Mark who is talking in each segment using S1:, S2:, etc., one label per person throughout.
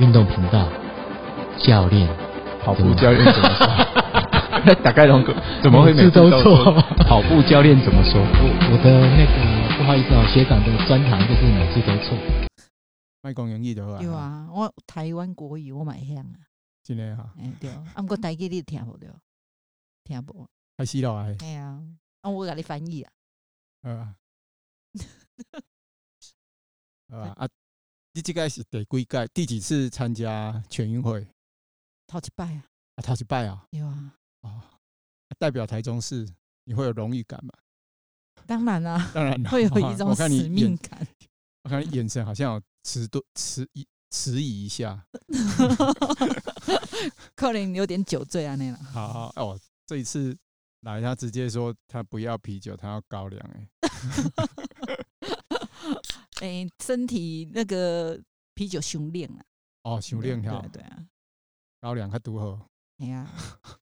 S1: 运动频道，教练
S2: 跑步教练怎么说？ 大概能怎么会每
S1: 每次都
S2: 说
S1: 错
S2: 跑步教练怎么说？
S1: 我我的那个不好意思哦，学长的专长就是每次都错。
S2: 卖讲英语就好啊
S3: 对，啊，我台湾国语我嘛会晓啊，
S2: 真的哈，
S3: 哎、对，啊，毋过台语你听无着，听无，
S2: 开始了哎，
S3: 哎呀、啊，我甲你翻译啊，
S2: 好啊， 好啊啊！你这个是第几届？第几次参加全运会？
S3: 头一摆啊，
S2: 啊，头一摆啊，
S3: 对啊，
S2: 哦啊，代表台中市，你会有荣誉感吗？
S3: 当然啦、 啊，
S2: 当然啦
S3: 会有一种
S2: 我看你
S3: 使
S2: 眼
S3: 命感，
S2: 我看你眼神好像有迟钝、迟疑、迟疑一下。
S3: 可能有点酒醉啊安尼啦，
S2: 好好哦，这一次来他直接说他不要啤酒，他要高粱、欸。
S3: 哎、身体那个啤酒伤冷啦，
S2: 哦，修炼
S3: 对
S2: 哈
S3: 啊，对啊，
S2: 高粱他独喝，
S3: 哎呀、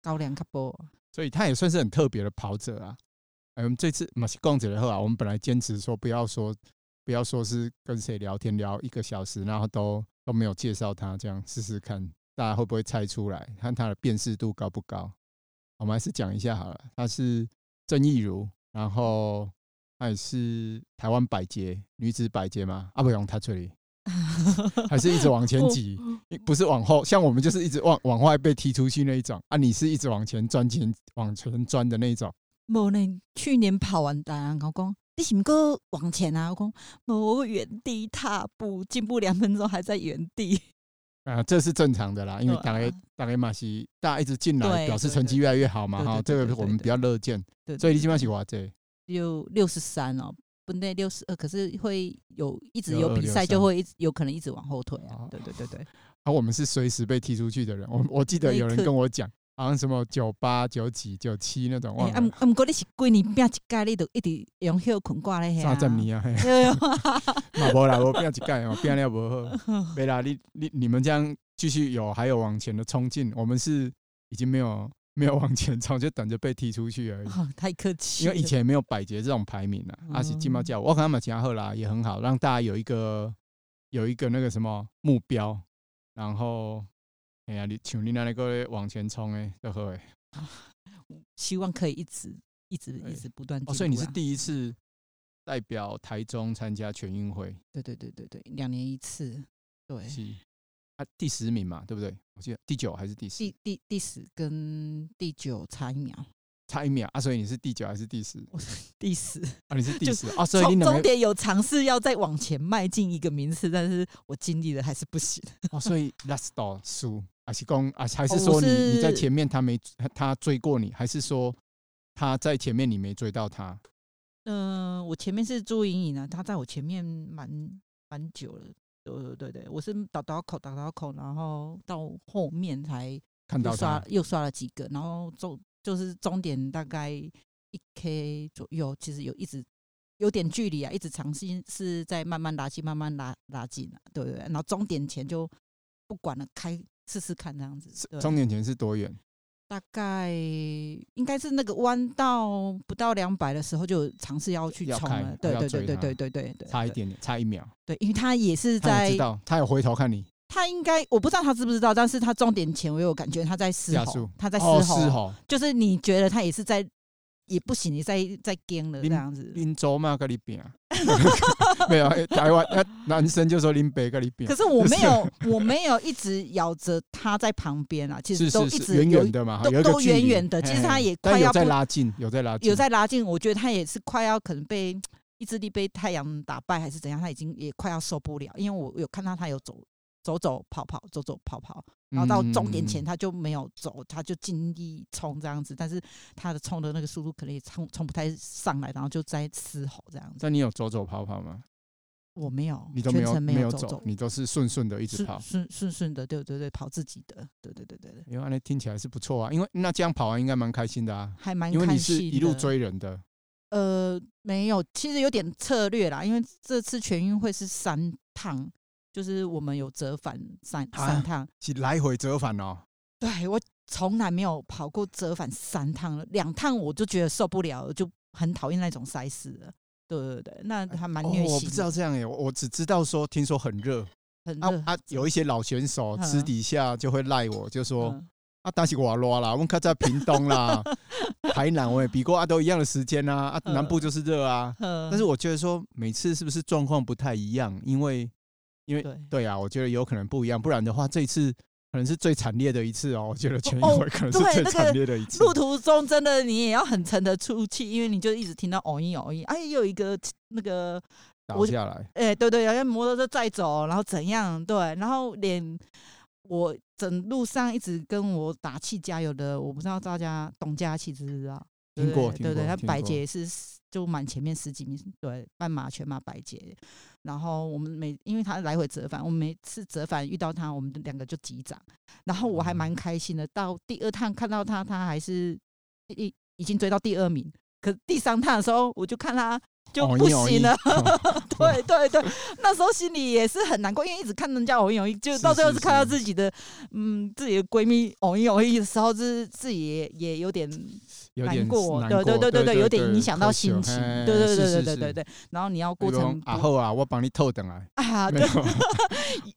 S3: 高粱较薄，啊
S2: 所以他也算是很特别的跑者啊。哎、我们这次马西贡子的后啊，我们本来坚持说不要说不要说是跟谁聊天聊一个小时，然后都都没有介绍他，这样试试看大家会不会猜出来，看他的辨识度高不高。我们还是讲一下好了，他是郑义如，然后他也是台湾百杰女子百杰嘛，啊阿不用他这里。还是一直往前挤，不是往后，像我们就是一直往往外被踢出去那一种啊，你是一直往前钻前往前钻的那一种，
S3: 无呢，去年跑完大人跟我讲，你是毋过往前啊？我讲，无我原地踏步，进步两分钟还在原地。
S2: 啊，这是正常的啦，因为
S3: 对啊
S2: 大概大概嘛是大家一直进来，
S3: 对
S2: 表示
S3: 对
S2: 成绩越来越好嘛
S3: 对
S2: 哈，
S3: 对
S2: 这
S3: 对
S2: 个
S3: 对
S2: 我们
S3: 对
S2: 比较乐见，
S3: 对，
S2: 所以你基
S3: 基
S2: 本上
S3: 本
S2: 喜
S3: 上
S2: 欢这
S3: 有六十三哦，本来六十二，可是会有一直有
S2: 62
S3: 比赛，就会一直有可能一直往后退啊
S2: 哦。
S3: 对对对对，
S2: 啊，我们是随时被踢出去的人，我我记得有人
S3: 立刻
S2: 跟我讲，好像什么九八九几九七那种
S3: 哎
S2: 忘
S3: 啊毋
S2: 了，
S3: 啊，毋过你是几年拼一届，你都一直用休困挂咧遐。
S2: 三十？年啊，嘿
S3: 对啊，
S2: 嘛无啦，我变一届哦，变了无好。没啦，你你你们这样继续有还有往前的冲劲，我们是已经没有没有往前冲，就等着被踢出去而已。
S3: 哦太客气
S2: 因
S3: 了。
S2: 为以前没有百杰这种排名啊，
S3: 嗯
S2: 阿喜金猫叫我看他们加贺啦也很好，让大家有一个有一个那个什么目标，然后哎呀，你像你那个往前冲诶，就好诶。
S3: 希望可以一直一直
S2: 哎
S3: 一直不断进步啊
S2: 哦，
S3: 啦。
S2: 所以你是第一次代表台中参加全运会，
S3: 对对对对对，两年一次。对，
S2: 是啊第十名嘛，对不对？我记得第九还是第十？
S3: 第第第十跟第九差一秒，
S2: 差一秒啊，所以你是第九还是第十？
S3: 我是第十。
S2: 啊，你是第
S3: 就
S2: 十啊，所以你
S3: 从
S2: 两
S3: 终
S2: 个
S3: 点有尝试要再往前迈进一个名次，但是我经历了还是不行。
S2: 哦，所以 last door 输，还是公啊，还是
S3: 哦
S2: 说
S3: 我
S2: 你你在
S3: 是
S2: 前面他没他他追过你，还是说他在前面你没追到他？
S3: 嗯、我前面是朱莹莹啊，她在我前面蛮蛮久了。对对对，我是打打口打打口，然后到后面才
S2: 看到
S3: 又刷
S2: 他
S3: 又刷了几个，然后终就是终点大概一 k 左右，其实有一直有点距离啊，一直尝试是在慢慢拉近，慢慢拉拉近啊，对对对，然后终点前就不管了，开试试看这样子
S2: 是，
S3: 对
S2: 终点前是多远？
S3: 大概应该是那个弯到不到两百的时候就尝试要去
S2: 要
S3: 冲
S2: 开
S3: 了，对
S2: 要
S3: 对
S2: 追
S3: 对对
S2: 它
S3: 对对对对，
S2: 差一点点，差一秒。
S3: 对，因为他也是
S2: 他也
S3: 在
S2: 知道，他有回头看你，
S3: 他应该我不知道他知不知道，但是他终点前我有感觉他在嘶
S2: 加
S3: 吼
S2: 速，
S3: 他在
S2: 哦，
S3: 嘶
S2: 嘶
S3: 吼，
S2: 吼，
S3: 就是你觉得他也是在也不行，你在在跟了这样子，
S2: 林州嘛，跟你比啊， 没有哎台湾，那男生就说林北跟你比
S3: 可，是我没 有我没有一直咬着他在旁边啊，其
S2: 是
S3: 实都
S2: 是
S3: 一
S2: 是
S3: 直
S2: 远
S3: 有
S2: 远的嘛，
S3: 都
S2: 有一个
S3: 都
S2: 距离
S3: 远远的其实
S2: 嘿
S3: 他
S2: 嘿
S3: 也
S2: 但
S3: 快
S2: 有
S3: 要
S2: 在
S3: 不
S2: 拉近，有在拉近，
S3: 有在拉近，我觉得他也是快要可能被意志力被太阳打败还是怎样，他已经也快要受不了，因为我有看到他有走走走跑跑走走跑跑，然后到终点前
S2: 嗯
S3: 他就没有走，他就尽力冲这样子，但是他的冲的那个速度可能也冲冲不太上来，然后就在嘶吼这样子。
S2: 但你有走走跑跑吗？
S3: 我没有，
S2: 你都
S3: 全
S2: 没有
S3: 程
S2: 没有
S3: 走
S2: 走，你都是顺顺的一直
S3: 顺
S2: 跑。
S3: 顺顺顺的，对对对，跑自己的，对对对对对，
S2: 因为那听起来是不错啊，因为那这样跑完应该蛮开心的啊，
S3: 还蛮
S2: 因为你
S3: 开
S2: 是
S3: 心
S2: 一路
S3: 的
S2: 追人的，
S3: 呃，没有，其实有点策略啦，因为这次全运会是三趟，就是我们有折返三、
S2: 啊
S3: 三趟。
S2: 是来回折返哦。
S3: 对我从来没有跑过折返三趟了，两趟我就觉得受不了了，就很讨厌那种赛事了。对对对，那还蛮
S2: 哦
S3: 虐心的、
S2: 我不知道这样耶，我我只知道说听说很热，
S3: 很
S2: 啊
S3: 热
S2: 啊，有一些老选手
S3: 嗯
S2: 私底下就会赖我，就说、
S3: 嗯
S2: 啊，但是我热啦，我们看在屏东 啦、台南，我也比过啊，都一样的时间啊，啊，
S3: 嗯
S2: 南部就是热啊。
S3: 嗯
S2: 但是我觉得说每次是不是状况不太一样，因
S3: 嗯
S2: 为因为
S3: 对
S2: 对啊，我觉得有可能不一样，不然的话这一次可能是最惨烈的一次哦，我觉得全运
S3: 哦
S2: 会可能是
S3: 对
S2: 最
S3: 那个
S2: 惨烈的一次。
S3: 路途中真的你也要很沉得出气，因为你就一直听到哦音哦音，哎，又有一个那个
S2: 倒
S3: 我
S2: 下来，
S3: 哎、对对，好像摩托车载走，然后怎样？对，然后连我整路上一直跟我打气加油的，我不知道大家董佳琪知不知道？对
S2: 听过
S3: 对
S2: 听
S3: 对对，
S2: 过
S3: 他
S2: 听
S3: 百
S2: 过哦
S3: 杰也是十就满前面十几名，对，半马、全马、百杰。然后我们每因为他来回折返，我们每次折返遇到他，我们两个就击掌。然后我还
S2: 哦
S3: 蛮开心的，到第二趟看到他，他还是第一已经追到第二名。可是第三趟的时候，我就看他就
S2: 哦
S3: 不
S2: 你有
S3: 行
S2: 一
S3: 了，
S2: 哦
S3: 对对对，那时候心里也是很难过，因为一直看人家偶一偶一，就是到最后
S2: 是
S3: 是看到
S2: 是
S3: 自己的，嗯，自己的闺蜜哦偶一偶一的时候，就是自己也也有点
S2: 有
S3: 难
S2: 点
S3: 过，
S2: 难
S3: 对
S2: 过
S3: 对
S2: 对
S3: 对对，哎有点影响到
S2: 可惜
S3: 心
S2: 哦
S3: 情
S2: 嘿，
S3: 对对
S2: 是是
S3: 对对对
S2: 是
S3: 对对。然后你要过
S2: 我讲
S3: 程
S2: 啊
S3: 不
S2: 好啊，我帮你透等来。
S3: 啊，
S2: 没
S3: 对，
S2: 有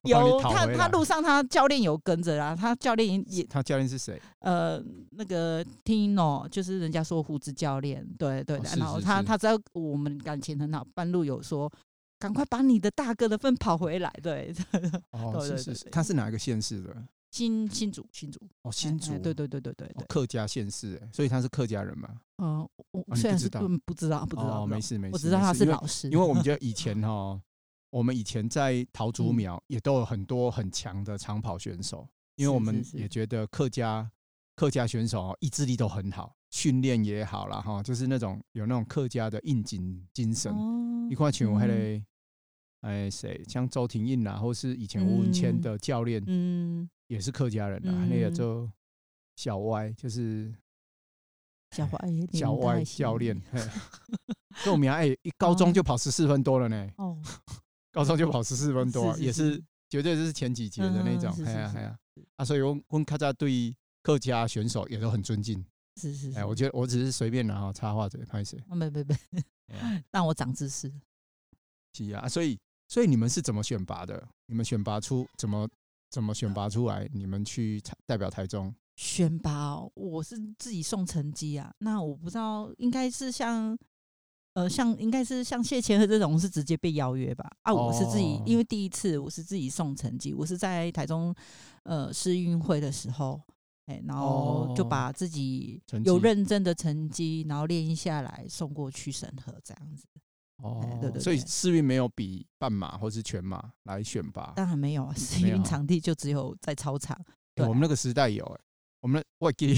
S2: 你
S3: 有
S2: 讨
S3: 他
S2: 回
S3: 他
S2: 来
S3: 路上他教练有跟着啊，他教练也
S2: 他教练是 谁？
S3: 呃，那个 Tino 就是人家说胡子教练，对对
S2: 哦
S3: 对，
S2: 是
S3: 然后
S2: 是
S3: 他
S2: 是
S3: 他知道我们感情很好，半路有说赶快把你的大哥的份跑回来，对，
S2: 哦，
S3: 对
S2: 是
S3: 对
S2: 是
S3: 对
S2: 是，
S3: 对
S2: 他是哪一个县市的？
S3: 新新主新主
S2: 哦，新竹。
S3: 哎对对对对对
S2: 哦
S3: 对，
S2: 客家县市，哎，所以他是客家人嘛？
S3: 嗯、呃，我
S2: 哦你
S3: 我虽
S2: 不
S3: 然
S2: 知
S3: 是
S2: 道
S3: 嗯不知道不知道，
S2: 哦，
S3: 不知道
S2: 没事没事，
S3: 我只知道他
S2: 没事
S3: 是老师，
S2: 因为因为我们觉 得以前哈，我们以前在桃
S3: 嗯
S2: 竹苗也都有很多很强的长跑选手，因为
S3: 是
S2: 我们
S3: 是是
S2: 也觉得客家客家选手哦意志力都很好，训练也好啦哈，就是那种有那种客家的应景精神。
S3: 哦
S2: 你看像迄、那
S3: 嗯
S2: 个，哎谁，像周廷印啦，或是以前吴文谦
S3: 嗯
S2: 的教练、
S3: 嗯，
S2: 也是客家人啦，那个
S3: 嗯
S2: 就小歪，就是
S3: 小花哎你
S2: 小
S3: 们太
S2: 歪
S3: 细
S2: 教
S3: 了
S2: 练，嘿跟我们哎、 一高中就跑十四分多了呢，
S3: 哦，
S2: 高中就跑十四分多啊、
S3: 是是
S2: 也
S3: 是
S2: 是绝对是前几节的那种
S3: 嗯，是
S2: 哎呀
S3: 是
S2: 哎呀，啊，所以我我客家对客家选手也都很尊敬，
S3: 是是是，
S2: 哎、我觉得我只是随便拿哈哦插话者拍谁，
S3: 啊没没没，
S2: 哎呀
S3: 让我长知识。
S2: 是啊，所以所以你们是怎么选拔的？你们选拔出怎么怎么选拔出来？你们去台代表台中？
S3: 选拔哦、我是自己送成绩啊。那我不知道，应该是像呃，像应该是像谢千鹤这种是直接被邀约吧？啊，我是自己，
S2: 哦
S3: 因为第一次我是自己送成绩，我是在台中呃世运会的时候。哎、然后就
S2: 哦
S3: 把自己
S2: 成
S3: 有
S2: 绩
S3: 认真的成绩，然后练一下来，送过去审核这样子。
S2: 哦，
S3: 哎对对
S2: 所以
S3: 对
S2: 世运没有比半马或是全马来选拔。
S3: 当然没有啊，世
S2: 嗯没有
S3: 运场地就只有在操场。
S2: 欸
S3: 对
S2: 我们那个时代有、欸，我们那我记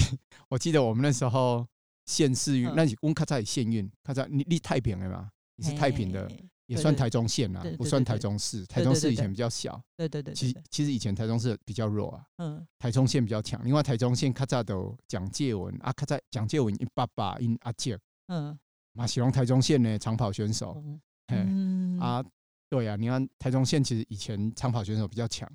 S2: 我记得我们那时候县世运，
S3: 嗯
S2: 那是我们卡在县运，卡在你你太平的嘛，你是太平的，
S3: 嘿
S2: 也
S3: 对
S2: 算
S3: 对
S2: 台中县啦
S3: 对，对
S2: 不算
S3: 对对
S2: 台中市。台中市
S3: 对
S2: 以前
S3: 对
S2: 比较小，
S3: 对对对
S2: 其
S3: 对
S2: 实
S3: 对，
S2: 其实以前台中市比较弱啊，
S3: 嗯，
S2: 台中县比较强。另外台中县卡在都蒋介文啊，卡在蒋介文因爸爸因阿杰
S3: 嗯
S2: 嘛，喜欢台中县的长跑选手，
S3: 嗯
S2: 哦嘿、
S3: 嗯，
S2: 啊，对啊，你看台中县其实以前长跑选手比较强，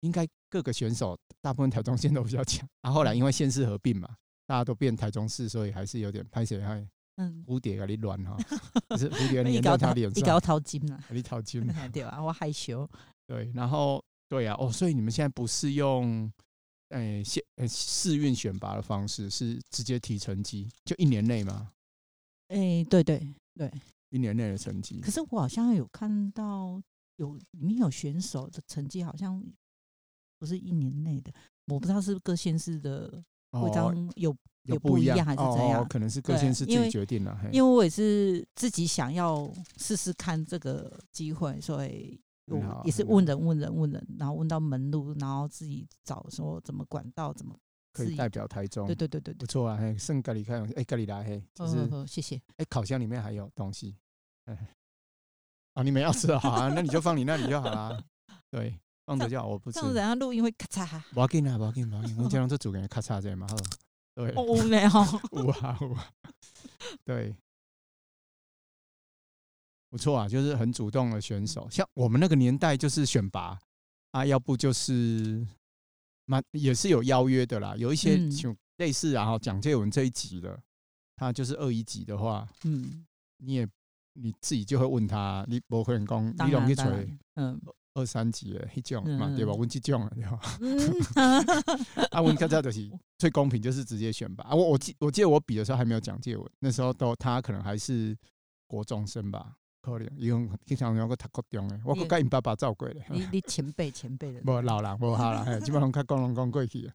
S2: 应该各个选手大部分台中县都比较强。啊，后来因为县市合并嘛，大家都变台中市，所以还是有点拍谁还
S3: 嗯，
S2: 蝴蝶给你乱 哈，就是蝴蝶
S3: 一
S2: 粘
S3: 搞
S2: 在
S3: 头
S2: 他脸
S3: 一搞
S2: 上，嗯
S3: 头金啦，
S2: 给你淘金。
S3: 对啊，我害羞。
S2: 对，然后对啊，哦，所以你们现在不是用。诶，县诶试运选拔的方式是直接提成绩，就一年内嘛，
S3: 哎、对对对，
S2: 一年内的成绩
S3: 可。是我好像有看到有里面有选手的成绩，好像不是一年内的，我不知道是不是各县市的规
S2: 哦
S3: 章有，
S2: 有
S3: 有不
S2: 一
S3: 一
S2: 样
S3: 样还是怎样
S2: 哦，可能是各
S3: 对
S2: 县市自
S3: 因
S2: 己
S3: 为
S2: 决定了。嘿
S3: 因为我也是自己想要试试看这个机会，所以。
S2: 很嗯好
S3: 我也是
S2: 很好
S3: 问人问人问人，然后问到门路，然后自己找说怎么管道怎么
S2: 可以
S3: 自己
S2: 代表台中，
S3: 对对对对
S2: 不
S3: 对，
S2: 错啊，嘿，剩咖喱开，哎、咖喱来，嘿，就
S3: 哦
S2: 是哎、
S3: 哦谢谢。
S2: 烤箱里面还有东西，哎，啊，你们要吃啊，好啊，那你就放你那里就好啦，对，放着就好，我不吃
S3: 这，样人家录音会咔嚓，
S2: 不要紧啊，不要紧，不要紧，我经常做主给人咔嚓这嘛，好，对，
S3: 哦没有，
S2: 有啊有啊，对，不错啊，就是很主动的选手，像我们那个年代就是选拔啊，要不就是蛮也是有邀约的啦，有一些
S3: 嗯
S2: 像类似啊，哈，蒋介文这一集的，他就是二一级的话，
S3: 嗯，
S2: 你也你自己就会问他，你不可能讲
S3: 当
S2: 你容
S3: 然
S2: 易
S3: 当
S2: 锤
S3: 然，嗯，
S2: 二三级的迄种嘛，
S3: 嗯
S2: 对吧？阮即种的对吧？
S3: 嗯
S2: 啊，阮较早就是最公平，就是直接选拔。啊，我我记我记得我比的时候还没有蒋介文，那时候都他可能还是国中生吧，可能伊讲经常有个读国中诶，我
S3: 你
S2: 甲因爸爸照过咧，
S3: 你你前辈前辈的，
S2: 无老人无下啦，嘿基本上较讲拢讲过去了。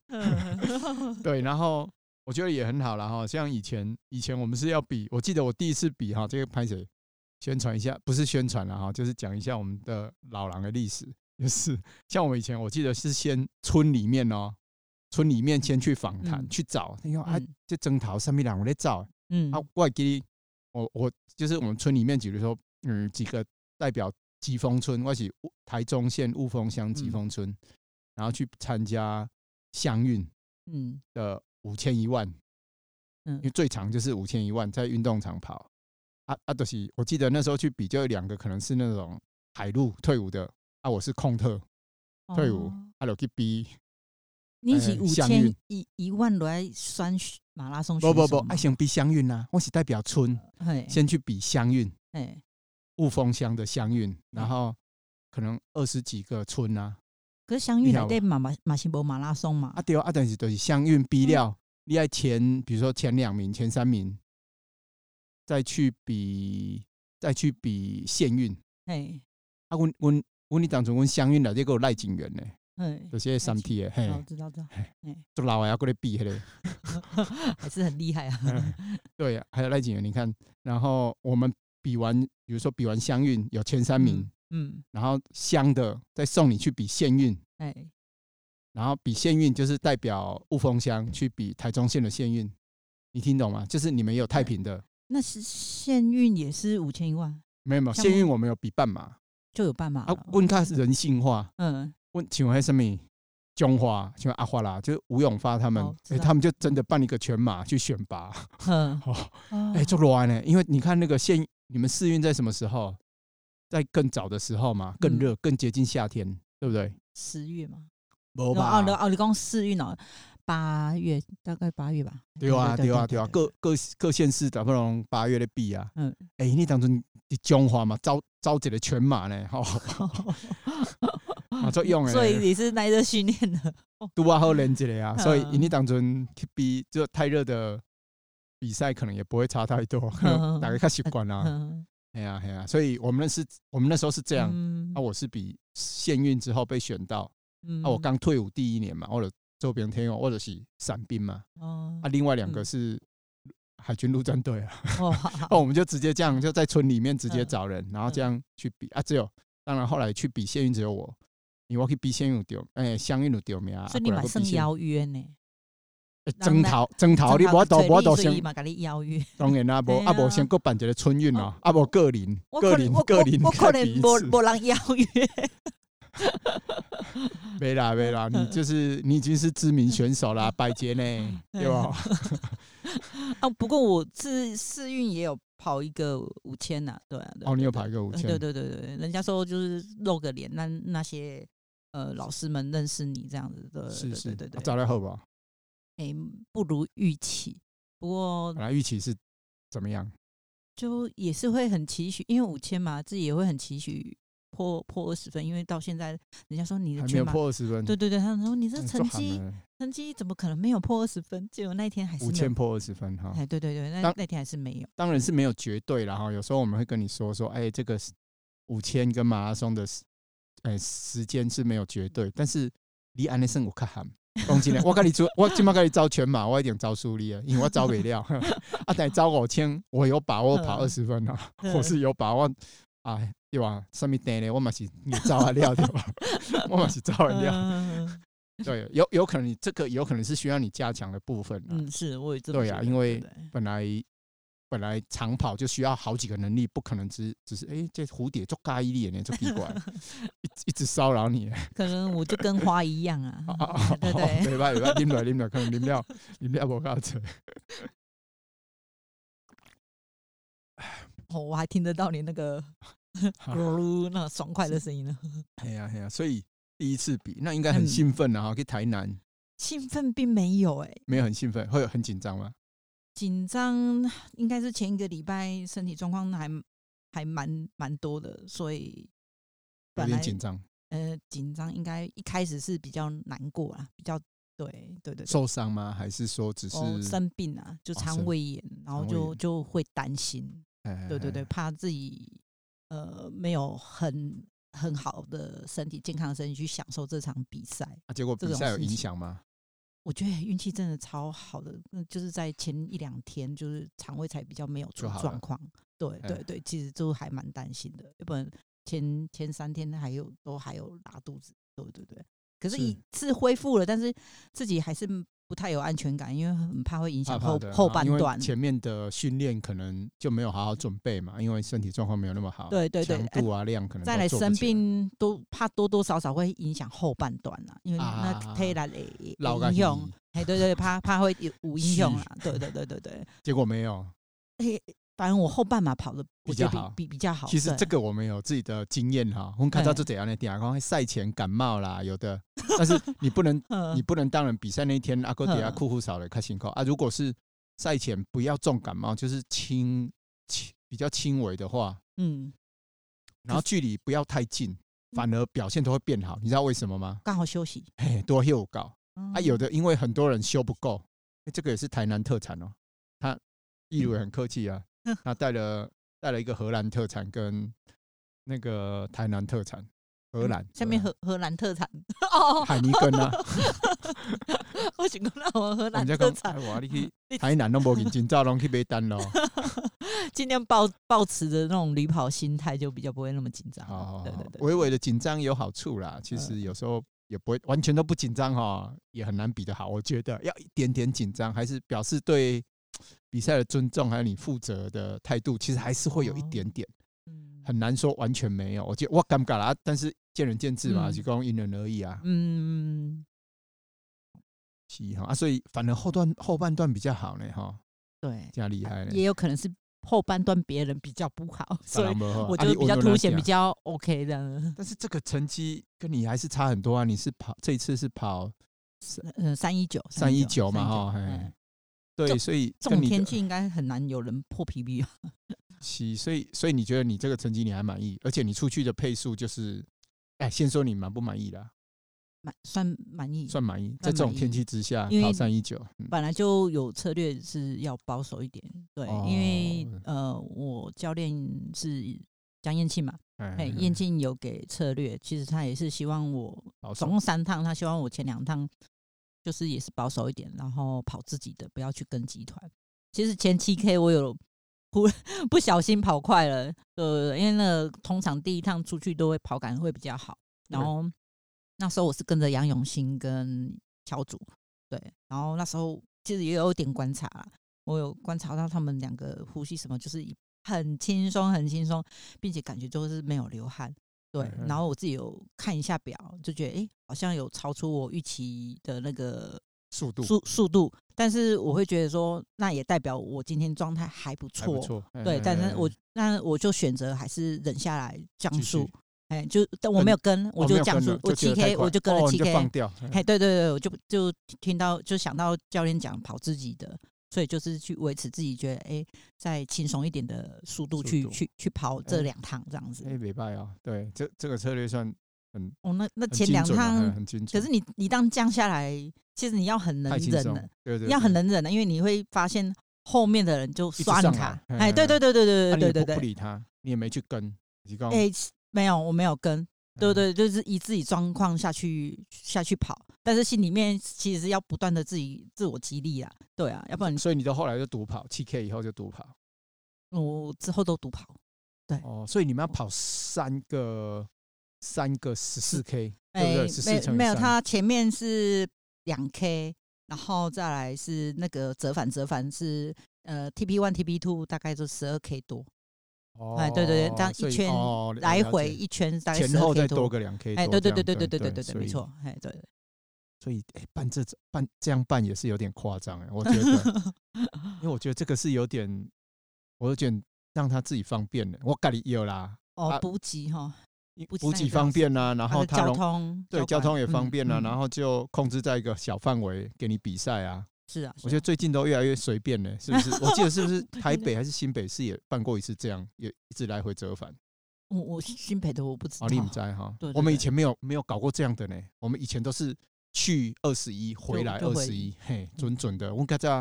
S3: 嗯
S2: 对，然后我觉得也很好啦哈。像以前以前我们是要比，我记得我第一次比哈，这个拍谁宣传一下，不是宣传了哈，就是讲一下我们的老狼的历史。就是像我们以前，我记得是先村里面哦，村里面先去访谈、
S3: 嗯
S2: 去找，你看啊
S3: 嗯，
S2: 这征讨上面人我在找，
S3: 嗯
S2: 啊，我还记得我我就是我们村里面，比如说嗯几个代表疾风村，我是雾台中县雾峰乡疾
S3: 嗯
S2: 风村，然后去参加乡运，
S3: 嗯
S2: 的五千一万，
S3: 嗯
S2: 因为最长就是五千一万，在运动场跑。啊啊，都、就是我记得那时候去比，就有两个可能是那种海陆退伍的，啊，我是控特退伍
S3: 哦，
S2: 啊，就去比，
S3: 你是
S2: 呃
S3: 五
S2: 相
S3: 千
S2: 遇
S3: 一一万来选马拉松
S2: 不
S3: 选
S2: 不不
S3: 手，吗
S2: 啊，先比乡运啦，我是代表村，
S3: 嘿
S2: 先去比乡运，
S3: 嘿，
S2: 雾峰乡的乡运，然后可能二十几个村啊，
S3: 可是相遇
S2: 你好
S3: 内底马马马西博马拉松嘛
S2: 啊，对啊，啊，但是就是相运比了，你要前比如说前两名、前三名，再去比再去比县运。
S3: 嘿
S2: 啊，阮阮阮你当初阮相运内底个有赖景元呢，
S3: 嘿，
S2: 就是迄三 T 的，
S3: 哦
S2: 嘿，
S3: 知道知道，
S2: 做老的还过来比迄、个，
S3: 还是很厉害啊，
S2: 对啊，还有赖景元，你看，然后我们比完，比如说比完相运有前三名，
S3: 嗯，
S2: 然后乡的再送你去比县运，
S3: 哎
S2: 然后比县运就是代表雾峰乡去比台中县的县运，你听懂吗？就是你们也有太平的，
S3: 那是县运也是五千一万
S2: 没有没有
S3: 像我
S2: 县运我们有比半马，
S3: 就有办法
S2: 啊
S3: 了，，
S2: 阮较人性化，
S3: 嗯
S2: 问请问什么？中华，请问阿花啦，就是吴永发他们，
S3: 哦知
S2: 诶
S3: 道
S2: 他们就真的办一个全马去选拔，
S3: 嗯，
S2: 哦，
S3: 哦
S2: 哎、做乱呢，因为你看那个县，你们试运在什么时候？在更早的时候嘛，更
S3: 嗯
S2: 热，更接近夏天，对不对？
S3: 十月嘛，
S2: 没
S3: 哦哦，你讲四运哦，八月大概八月吧，
S2: 对啊，对啊，对啊，
S3: 对
S2: 各各各县市打不拢八月的比啊，
S3: 嗯
S2: 哎、你当中你中华嘛，招招一个全马呢，吼、 嘛作用欸诶，
S3: 所以你是耐热训练的，
S2: 拄啊好练一个 啊，
S3: 嗯
S2: 所以因为当阵去比就太热的比赛，可能也不会差太多，可能大家较习惯啦。
S3: 嗯，
S2: 哎呀哎呀，所以我们那是我们那时候是这样，
S3: 嗯
S2: 啊，我是比县运之后被选到，
S3: 嗯
S2: 啊，我刚退伍第一年嘛，或者周边天佑或者是伞兵嘛，
S3: 哦
S2: 啊，另外两个
S3: 嗯
S2: 是海军陆战队啊，
S3: 哦
S2: 哦，我们就直接这样就在村里面直接
S3: 嗯
S2: 找人，然后
S3: 嗯
S2: 这样去比啊，只有当然后来去比县运只有我。因为我去比县运有丢，哎、乡运有丢 名啊，
S3: 所以你
S2: 啊
S3: 嘛
S2: 还有比
S3: 算
S2: 县运
S3: 邀约呢，
S2: 欸
S3: 人
S2: 征
S3: 来
S2: 讨征讨，你
S3: 正好
S2: 无度
S3: 找
S2: 无度
S3: 所以伊
S2: 先，
S3: 嘛甲你邀约，
S2: 当然 啦，无
S3: 嘿
S2: 啊无
S3: 啊
S2: 先搁办一个春运哦，啊无个人
S3: 我
S2: 个
S3: 可
S2: 人
S3: 能我
S2: 个人
S3: 我我可
S2: 再比一
S3: 能无
S2: 次
S3: 无人邀约，
S2: 没啦没啦，你
S3: 嗯
S2: 就是你已经是知名选手 啦，百杰呢，
S3: 嗯
S2: 对吧？
S3: 啊，不过我是试运也有跑一个五千呐，对啊，对
S2: 哦，你有
S3: 对
S2: 跑一个五
S3: 呃对
S2: 千，
S3: 对对对，人家说就是露个脸，让那些呃老师们认识你这样子的，
S2: 是是，
S3: 对对对
S2: 啊
S3: 对，
S2: 找来后吧，
S3: 哎、不如预期。不过
S2: 本来预期是怎么样？
S3: 就也是会很期许，因为五千嘛，自己也会很期许破破二十分，因为到现在人家说你的
S2: 还没
S3: 全
S2: 有
S3: 马，
S2: 破二十分，
S3: 对对对，他们说你这
S2: 嗯，
S3: 成
S2: 做好
S3: 绩
S2: 了
S3: 成绩怎么可能没有破二十分？结果那一天还是
S2: 五
S3: 没有
S2: 千，破二十分哈，
S3: 哎，对对对，那
S2: 当
S3: 那天还是没有，
S2: 当然是没有绝对啦哈。有时候我们会跟你说说，哎，这个五千跟马拉松的时，哎时间是没有绝对，但是你安尼算有较含。讲真诶，我跟你做，我今麦跟你招全马，我一定招输你啊，因为我招袂了。 啊，但招五千，我有把握跑二十分啊，
S3: 嗯
S2: 我是有把握，哎，对吧？什么单呢？我嘛是也招完了对吧？ 我嘛是招完了。 啊
S3: 嗯
S2: 对，有有可能你这个有可能是需要你加强的部分啊。
S3: 嗯，是我也这么
S2: 对啊
S3: 觉得
S2: 因为
S3: 对对
S2: 本来本来长跑就需要好几个能力，不可能只只是哎、诶这蝴蝶做咖喱脸呢，做奇怪， 一直一直骚扰你。
S3: 可能我就跟花一 样啊
S2: 啊，啊啊！
S3: 对对
S2: 袂歹袂歹，啉落啉落，可能啉了啉了无够济。
S3: 哦，我还听得到你那个
S2: 啊
S3: 噜噜那爽快的声音呢，
S2: 哎呀哎呀，所以第一次比那应该
S3: 嗯
S2: 很兴奋啊！去台南
S3: 兴奋并没有哎、
S2: 没有很兴奋，会有很紧张吗？
S3: 紧张应该是前一个礼拜身体状况还还蛮蛮多的，所以
S2: 有
S3: 本
S2: 点
S3: 来
S2: 紧张，
S3: 呃紧张，应该一开始是比较难过啦，比较对对对对，
S2: 受伤吗？还是说只是？
S3: 哦生病啊，就
S2: 哦
S3: 肠
S2: 生
S3: 胃炎，然后
S2: 肠胃
S3: 就
S2: 炎
S3: 就会担心，
S2: 哎
S3: 对对对，，怕自己呃没有很很好的身体健康的身体去享受这场比赛。
S2: 啊结果
S3: 这
S2: 比
S3: 种
S2: 赛有
S3: 事
S2: 影
S3: 情
S2: 响吗？
S3: 我觉得运气真的超好的，嗯，就是在前一两天，就是肠胃才比较没有出
S2: 就好了
S3: 状况。对
S2: 哎
S3: 对对，其实都还蛮担心的，要不然前前三天还有都还有拉肚子，对对对。可是
S2: 是
S3: 一次恢复了，但是自己还是不太有安全感，因为很怕会影
S2: 怕
S3: 响
S2: 怕
S3: 后
S2: 的
S3: 后
S2: 啊
S3: 半
S2: 因为
S3: 段。
S2: 前面的训练可能就没有好好准备嘛，因为身体状况没有那么好，
S3: 对对对
S2: 强，
S3: 哎
S2: 度啊量可能
S3: 再
S2: 都
S3: 来
S2: 做不
S3: 生
S2: 起来，
S3: 病都怕多多少少会影响后半段啊，因为那
S2: 啊
S3: 体力的
S2: 老
S3: 的
S2: 个
S3: 影响
S2: 戏，
S3: 哎，对对对，怕怕会有无影响
S2: 是
S3: 啦，对对对对对。
S2: 结果没有。
S3: 反正我后半马跑的我
S2: 比
S3: 觉
S2: 较
S3: 得
S2: 好
S3: 比比比较好。
S2: 其实
S3: 对
S2: 这个我们有自己的经验哈，我们看到就怎样呢？点讲赛前感冒啦，有的，但是你不能
S3: 嗯
S2: 你不能当然比赛那一天阿哥底下
S3: 嗯
S2: 酷酷少了开辛苦啊。如果是赛前不要重感冒，就是轻轻比较轻微的话，
S3: 嗯
S2: 然后距离不要太近，反而表现都会变好。你知道为什么吗？
S3: 刚好休息
S2: 嘿，多又高啊，
S3: 嗯
S2: 有的因为很多人修不够，欸这个也是台南特产哦。他一如也很客气啊
S3: 嗯，
S2: 他带了带了一个荷兰特产跟那个台南特产，荷兰
S3: 嗯下面
S2: 荷
S3: 荷荷兰特产 哦
S2: 兰，海尼 根啊，
S3: 我想讲那我荷
S2: 我
S3: 兰
S2: 们在
S3: 特
S2: 讲
S3: 产
S2: 哎哇，你去
S3: 你
S2: 台南都无认真，早拢去买 单咯。
S3: 尽量抱抱持着那种旅跑心态，就比较不会那么紧张。
S2: 好好
S3: 对对
S2: 好，
S3: 对，嗯
S2: 微微的紧张有好处啦。其实有时候也不会完全都不紧张哈，也很难比得好。我觉得要一点点紧张，还是表示对比赛的尊重，还有你负责的态度，其实还是会有一
S3: 哦
S2: 点点，
S3: 嗯
S2: 很难说完全没有。我觉得我尴尬啦，但是见仁见智嘛，
S3: 嗯
S2: 就讲因人而异啊。
S3: 嗯，
S2: 是哈啊，所以反而后段后半段比较好呢哈，
S3: 对，
S2: 这样厉害
S3: 也
S2: 呢。
S3: 有可能是后半段别人比较不好，所以我
S2: 我
S3: 觉得比较凸显，比较 OK 的。
S2: 啊但是这个成绩跟你还是差很多啊！你是跑这一次是跑
S3: 嗯，三一九
S2: 三一九嘛哈，嘿
S3: 嗯，
S2: 对，
S3: 就
S2: 所以
S3: 这
S2: 跟
S3: 种
S2: 你的
S3: 天气应该很难有人破皮比吧？
S2: 是，所以所以你觉得你这个成绩你还满意，而且你出去的配速就是，哎，先说你满不满意啦，
S3: 满算满意，
S2: 算满意，在
S3: 算
S2: 这种
S3: 满
S2: 天
S3: 意
S2: 气之下
S3: 因
S2: 跑
S3: 为
S2: 三一九，嗯
S3: 本来就有策略是要保守一点，对，因为
S2: 哦
S3: 呃，我教练是江燕庆嘛，哎，
S2: 哎
S3: 燕庆有给策略，其实他也是希望我
S2: 保
S3: 总
S2: 守
S3: 共三趟，他希望我前两趟就是也是保守一点，然后跑自己的，不要去跟集团。其实前七 K 我有忽 不小心跑快了，呃，因为那个通常第一趟出去都会跑感会比较好，然
S2: 对
S3: 后那时候我是跟着杨永新跟乔主，对，然后那时候其实也有点观察啦，我有观察到他们两个呼吸什么，就是很轻松，很轻松，并且感觉就是没有流汗。对
S2: 嗯，嗯
S3: 然后我自己有看一下表，就觉得诶，好像有超出我预期的那个
S2: 速度嗯
S3: 速速度，但是我会觉得说，那也代表我今天状态还不
S2: 还不
S3: 错。
S2: 错，哎
S3: 对，但是我
S2: 哎
S3: 那我就选择还是忍下来降
S2: 继续
S3: 速，哎，就但我没有跟，我
S2: 哦
S3: 就
S2: 没有
S3: 降
S2: 跟
S3: 速
S2: 了，
S3: 我
S2: 就觉
S3: 七
S2: 得太
S3: K
S2: 快
S3: 我就跟了
S2: 哦你
S3: 七
S2: 就
S3: K，
S2: 放掉，哎
S3: 哎，对对对，我就就听到就想到教练讲跑自己的，所以就是去维持自己觉得哎，在轻松一点的速度
S2: 速
S3: 去
S2: 度
S3: 去去跑这
S2: 哎
S3: 两趟这样子。
S2: 哎，没败啊，对，这这个策略算
S3: 哦，那那
S2: 很
S3: 前
S2: 精
S3: 两
S2: 准啊哎
S3: 趟，
S2: 很精
S3: 可
S2: 准，
S3: 是你你当降下来，其实你要很能
S2: 太轻
S3: 忍
S2: 松
S3: 的，，
S2: 对对，对
S3: 要
S2: 啊
S3: 很。能忍的，因为你会发现后面的人就
S2: 直
S3: 刷你
S2: 上
S3: 卡，
S2: 来
S3: 哎，对
S2: 哎
S3: 对对对
S2: 啊
S3: 对
S2: 你也
S3: 对对
S2: 不不
S3: 对，
S2: 理他，你也没去跟，你讲嗯
S3: 哎，没有，我没有跟，对，对，就是以自己状况下去下去跑，但是心里面其实要不断的自己自我激励啊，对啊，要不然
S2: 嗯所以你到后来就独跑，七 K 以后就独跑，
S3: 我之后都独跑，
S2: 哦，所以你们要跑三个三个十四 K，对不对
S3: 哎
S2: 14
S3: 没
S2: 乘以
S3: 没有，
S2: 三
S3: 它前面是两 K，然后再来是那个折返折返是呃 TP one TP two 大概就十二 K 多，
S2: 哦
S3: 哎对对对这样一
S2: 所以
S3: 圈
S2: 哦了
S3: 来
S2: 了
S3: 回
S2: 解
S3: 一圈大概
S2: 前后再
S3: 12 K
S2: 多
S3: 多。
S2: 个两 K，
S3: 哎，
S2: 多
S3: 对对
S2: 这
S3: 对
S2: 样
S3: 对对对对对
S2: 对
S3: 对，没。错，哎，对对，
S2: 所以所以哎，办这种办这样办也是有点夸张哎，我觉 得，因为我觉得这个是有点，我有点让他自己方便了。我咖喱有啦，
S3: 哦
S2: 啊，
S3: 补给哈，
S2: 因
S3: 补给
S2: 补
S3: 上
S2: 给
S3: 也比较
S2: 方
S3: 省
S2: 便啊啦，然
S3: 它
S2: 后
S3: 的
S2: 他
S3: 交
S2: 容
S3: 通
S2: 对交
S3: 管
S2: 通也方便啦，
S3: 嗯嗯
S2: 然后就控制在一个小范围给你比赛啊。
S3: 是啊，
S2: 我
S3: 是
S2: 觉
S3: 啊
S2: 得最近都越来越随便了，是不是？我记得是不是台
S3: 对
S2: 北还是新北市也办过一次这样，也一直来回折返。
S3: 我我新北的我不知道
S2: 哦，，你们在哈
S3: 对对，
S2: 我们以
S3: 对
S2: 前没有没有搞过这样的呢，我们以前都是去二十一，回来
S3: 就
S2: 二
S3: 回嗯
S2: 十一，嘿，准准的。我跟这，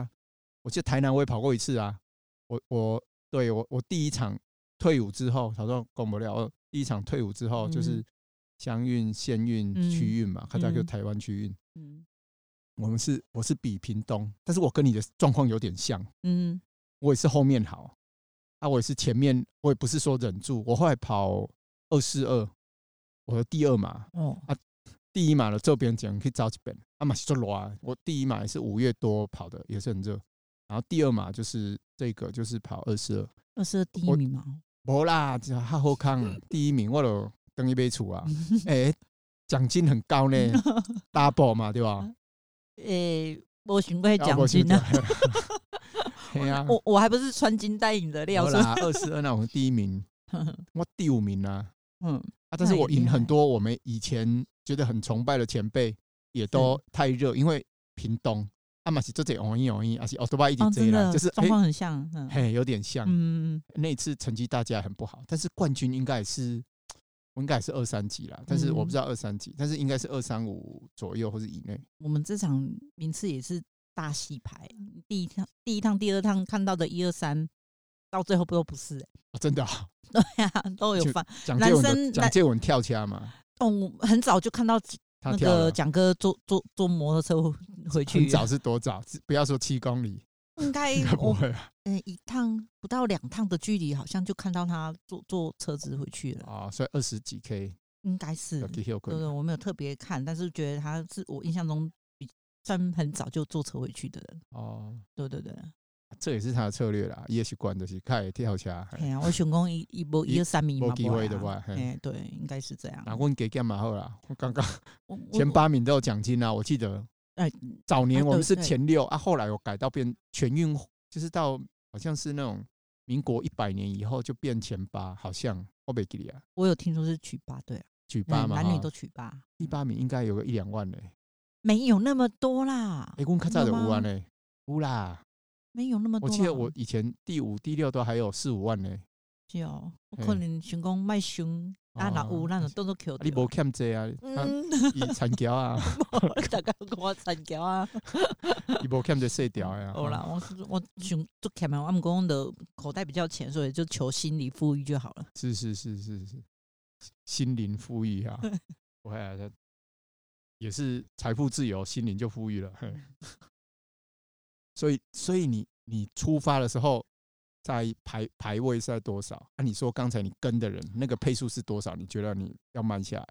S2: 我记得台南我也跑过一次啊，我我对我我第一场退伍之后，他说公不了，第一场退伍之后就是
S3: 嗯
S2: 乡运、县运、
S3: 嗯
S2: 区运嘛，他叫就
S3: 嗯
S2: 台湾区运。
S3: 嗯
S2: 我们是我是比屏东，但是我跟你的状况有点像，
S3: 嗯
S2: 我也是后面好，啊，我也是前面，我也不是说忍住，我后来跑二四二，我的第二码，
S3: 哦
S2: 第一码的这边讲可以找几本，啊嘛是做热的，我第一码也是五月多跑的，也是很热，然后第二码就是这个就是跑二四二，
S3: 二十二第一
S2: 我
S3: 名嘛，
S2: 无啦，这哈好康啊第一名我就等一杯厝 啊，诶、奖金很高呢，double 嘛对吧？
S3: 诶，我巡过奖
S2: 啊
S3: 金呢，，
S2: 对 啊，
S3: 我我还不是穿金戴银的料，
S2: 无
S3: 是吧
S2: 啦，二四二那我第一名，我第五名啊。
S3: 嗯
S2: 啊，但是
S3: 那也
S2: 我
S3: 厉
S2: 赢很
S3: 害
S2: 多我们以前觉得很崇拜的前辈，也都太热，因为屏东啊嘛是这这容易容易，而且奥多巴一直
S3: 哦，
S2: 这
S3: 真
S2: 啦，
S3: 的
S2: 就是
S3: 状
S2: 哎
S3: 况很像，嗯
S2: 嘿有点像。
S3: 嗯
S2: 那一次成绩大家也很不好，但是冠军应该也是，我应该也是二三级啦，但是我
S3: 嗯
S2: 不知道二三级，但是应该是二三五左右或者以内。
S3: 我们这场名次也是大洗牌，第一趟、第一趟、第二趟看到的一二三，到最后不都不是、欸？
S2: 啊真的啊，
S3: 对呀、都有
S2: 就
S3: 翻。
S2: 蒋
S3: 男
S2: 介文的
S3: 生
S2: 蒋
S3: 男
S2: 介文跳车嘛，
S3: 哦，我很早就看到
S2: 他
S3: 那
S2: 跳了
S3: 个蒋哥坐坐坐摩托车 回回
S2: 很
S3: 去，
S2: 早是多早，不要说七公里，
S3: 应该
S2: 应该 不
S3: 我
S2: 会啊
S3: 嗯、一趟不到两趟的距离，好像就看到他坐坐车子回去了，
S2: 啊，所以二十几 K
S3: 应该是
S2: 要。给休
S3: 对对，我没有特别看，但是觉得他是我印象中比算很早就坐车回去的人。
S2: 哦。
S3: 对对对，
S2: 啊这也是他的策略啦，也是关的是开跳车。
S3: 哎呀，我想 讲一一波
S2: 一
S3: 一二三名
S2: 没
S3: 嘛，
S2: 机
S3: 不
S2: 会
S3: 会
S2: 的
S3: 啊
S2: 话嘿
S3: 哎，对，应该是这样。
S2: 那啊阮给干嘛好啦？我刚刚
S3: 我
S2: 前，
S3: 我
S2: 八名都有奖金啊，我记得
S3: 哎，
S2: 早年
S3: 啊
S2: 我们
S3: 对
S2: 是
S3: 对
S2: 前六啊，后来我改到变全运，就是到好像是那种民国一百年以后就变前八，好像我没记得啊，
S3: 我有听说是取八，对啊，
S2: 举八
S3: 嗯
S2: 嘛，
S3: 男女
S2: 哈
S3: 都取八，
S2: 第八名应该有个一两万嘞。
S3: 没有那么多啦
S2: 哎，，阮较早就有万
S3: 真的吗
S2: 嘞，有啦，
S3: 没有那么
S2: 我
S3: 多啦。
S2: 记得我以前第五、第六都还有四五万嘞，
S3: 是哦，我
S2: 嘿
S3: 可能想讲卖凶，啊
S2: 哦
S3: 若有咱就当做扣
S2: 啊你
S3: 掉
S2: 无。欠这啊，啊
S3: 嗯，
S2: 伊参条啊，
S3: 大家跟我参交啊，
S2: 伊无欠这细条 的啊。
S3: 好啦，
S2: 哈，
S3: 我我想做欠嘛，我们讲的口袋比较浅，所以就求心理富裕就好了。
S2: 是是是是是，心灵富裕 啊，我还他也是财富自由，心灵就富裕了。嘿所以，所以你你出发的时候，在排排位是在多少？啊，你说刚才你跟的人那个配速是多少？你觉得你要慢下来？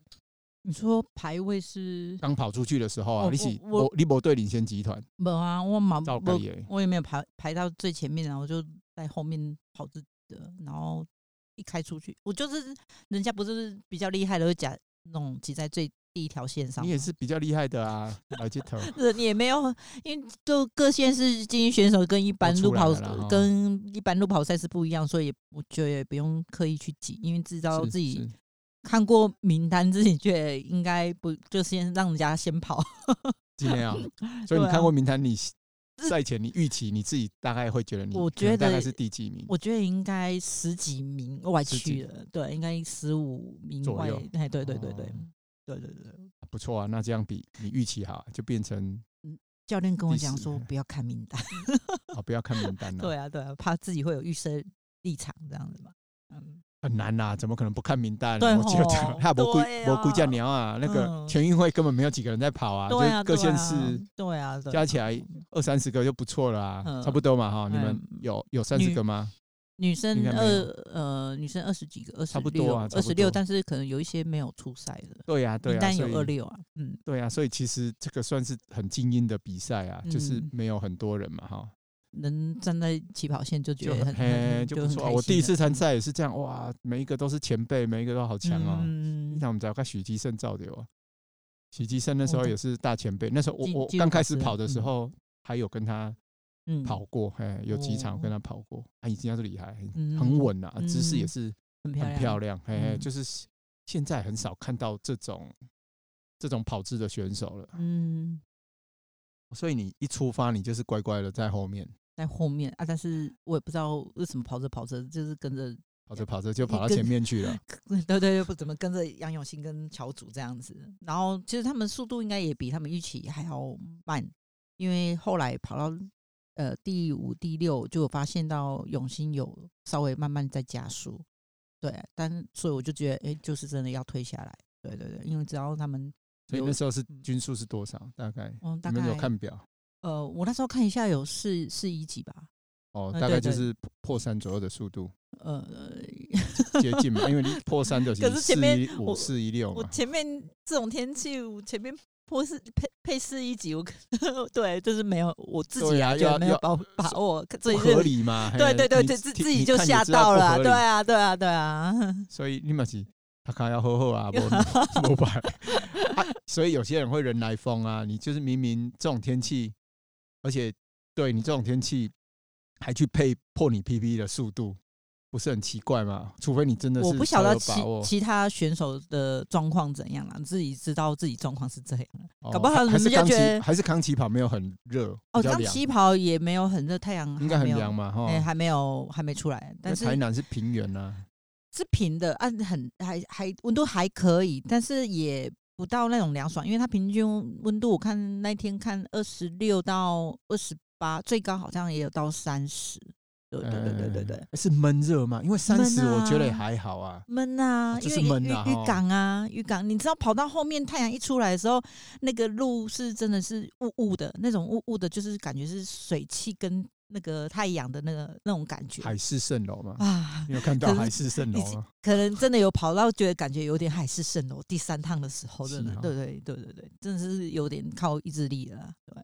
S3: 你说排位是
S2: 刚跑出去的时候啊，
S3: 哦
S2: 你是
S3: 我我
S2: 我你不对领先集团，
S3: 没啊？我嘛
S2: 照
S3: 我
S2: 理的
S3: 我也没有排排到最前面，然后就在后面跑自己的，然后一开出去，我就是人家不是比较厉害的会夹那种挤在最第一条线上吗，
S2: 你也是比较厉害的啊，来接 头。
S3: 人也没有，因为就各县市精英选手跟一般
S2: 都
S3: 路
S2: 出来
S3: 跑
S2: 了啦哈
S3: 跟一般路跑赛是不一样，所以我觉得也不用刻意去挤，因为知道
S2: 是
S3: 自己
S2: 是
S3: 看过名单，自己觉得应该不就先让人家先跑。
S2: 今 天啊，所以你
S3: 对啊
S2: 看过名单，你
S3: 这
S2: 赛前你预期你自己大概会觉得你，
S3: 我
S2: 可能
S3: 觉
S2: 大概
S3: 得
S2: 是第几名？
S3: 我觉得应该十几名外
S2: 十几
S3: 去了，对，应该十五名
S2: 左
S3: 外
S2: 右，
S3: 哎，对对对对、
S2: 哦
S3: 对对对。
S2: 不错啊，那这样比你预期好，就变成
S3: 教练跟我
S2: 第
S3: 讲
S2: 十
S3: 说
S2: 名
S3: 不要看名单，
S2: 啊，不要看名单了、
S3: 对啊对啊，怕自己会有预设立场这样子嘛。嗯，
S2: 很难呐、怎么可能不看名单？
S3: 对
S2: 我觉得
S3: 吼
S2: 他不顾
S3: 对啊
S2: 我估价鸟啊，那个
S3: 嗯
S2: 全运会根本没有几个人在跑啊，
S3: 对啊，
S2: 就各
S3: 对
S2: 县
S3: 啊
S2: 市，
S3: 对啊，对
S2: 加
S3: 啊
S2: 起来二三十个就不错了啊，
S3: 嗯
S2: 差不多嘛哈。你们
S3: 嗯
S2: 有有三十
S3: 女
S2: 个吗？
S3: 女生
S2: 应该没
S3: 二
S2: 有
S3: 呃，女生二十几个，二
S2: 差
S3: 十
S2: 不
S3: 六
S2: 多啊，差
S3: 二
S2: 不
S3: 十
S2: 多
S3: 六，但是可能有一些没有出赛的，
S2: 对呀、对
S3: 名
S2: 呀、
S3: 单
S2: 所
S3: 有二
S2: 以
S3: 六啊，嗯，
S2: 对呀、所以其实这个算是很精英的比赛啊，就是
S3: 嗯
S2: 没有很多人嘛哈，
S3: 能站在起跑线就觉
S2: 就
S3: 得很
S2: 嘿
S3: 很
S2: 就
S3: 就
S2: 不
S3: 很
S2: 错、啊。
S3: 开
S2: 我
S3: 心嗯
S2: 第一次
S3: 了
S2: 参赛也是这样，哇，每一个都是前辈，每一个都好强哦。
S3: 嗯
S2: 那我们找个许基胜照的哦。许基胜那时候
S3: 哦
S2: 也是大前辈，那时候我
S3: 纪
S2: 我
S3: 纪录
S2: 刚开
S3: 保
S2: 始
S3: 持人
S2: 跑的时
S3: 嗯
S2: 候，还有跟他
S3: 嗯
S2: 跑过，哎，有几场
S3: 哦
S2: 跟他跑过，啊，已经要是厉害，很
S3: 嗯
S2: 很稳啊，姿势也
S3: 嗯
S2: 是
S3: 很漂
S2: 很
S3: 亮，
S2: 漂亮，哎，
S3: 嗯
S2: 就是现在很少看到这种这种跑姿的选手了，
S3: 嗯，
S2: 所以你一出发，你就是乖乖的在后面，
S3: 在后面啊，但是我也不知道为什么跑着跑着就是跟着
S2: 跑着跑着就跑到前面 去了。
S3: 对对对，不怎么跟着杨永信跟乔祖这样子。然后其实他们速度应该也比他们预期还要慢，因为后来跑到呃第五、第六就有发现到永兴有稍微慢慢在加速。对，但所以我就觉得，哎、就是真的要退下来。对对对，因为只要他们
S2: 所以那时候是均速是多少？大概
S3: 嗯，大
S2: 你
S3: 概
S2: 们有看表
S3: 呃，我那时候看一下有四四一级吧，
S2: 哦，
S3: 呃
S2: 大概
S3: 对
S2: 就
S3: 对
S2: 是破破三左右的速度
S3: 呃，
S2: 接近嘛，因为你破三就
S3: 可是
S2: 四
S3: 前面
S2: 一五
S3: 我
S2: 四一六
S4: 我
S2: 嘛。
S4: 前面这种天气，我前面坡是配配四一级，我可 对，就是没有我自己
S2: 对啊，
S4: 觉
S2: 要
S4: 得没有
S2: 要
S4: 把把握，所以
S2: 不
S4: 是
S2: 合理嘛？
S4: 对
S2: 嘿
S4: 对对，
S2: 你
S4: 对自
S2: 听
S4: 自己
S2: 你
S4: 就
S2: 看你
S4: 吓
S2: 知道
S4: 到
S2: 不
S4: 了，
S2: 合
S4: 对
S2: 理
S4: 啊，对啊，对啊，
S2: 所以你嘛是他看要好好啊，无 无办啊。所以有些人会人来疯啊，你就是明明这种天气，而且对你这种天气还去配破你 PP 的速度，不是很奇怪吗？除非你真的是
S3: 我不
S2: 超
S3: 晓得
S2: 有
S3: 其
S2: 把握，
S3: 其他选手的状况怎样啦，自己知道自己状况是这样。
S2: 哦
S3: 搞不好
S2: 还是
S3: 人家
S2: 刚
S3: 觉
S2: 起
S3: 得
S2: 还是刚起跑没有很热，比
S3: 哦，
S2: 较
S3: 刚
S2: 凉
S3: 起跑也没有很热，太阳
S2: 应该
S3: 还
S2: 很
S3: 没有
S2: 凉，嘛哈。
S3: 哎、还没有还没出来，
S2: 因为
S3: 但是
S2: 台南是平原啊，
S3: 是平的，按、很还还温度还可以，但是也不到那种凉爽，因为它平均温度我看那天看二十六到二十八，最高好像也有到三十。对对对对对对，
S2: 呃是闷热吗？因为三十
S3: 闷啊
S2: 我觉得也还好啊。
S3: 闷啊，
S2: 哦
S3: 因
S2: 这
S3: 为
S2: 是闷
S3: 渔
S2: 啊
S3: 渔
S2: 吼
S3: 港啊，渔港，你知道跑到后面太阳一出来的时候，那个路是真的是雾雾的，那种雾雾的，就是感觉是水汽跟那个太阳的那个那种感觉
S2: 海市蜃楼嘛，
S3: 啊。
S2: 你有看到
S3: 可是
S2: 海市蜃
S3: 已
S2: 楼
S3: 经
S2: 吗？
S3: 可能真的有跑到觉得感觉有点海市蜃哦楼，第三趟的时候，真的
S2: 是哦，
S3: 对对对对对，真的是有点靠意志力了，对。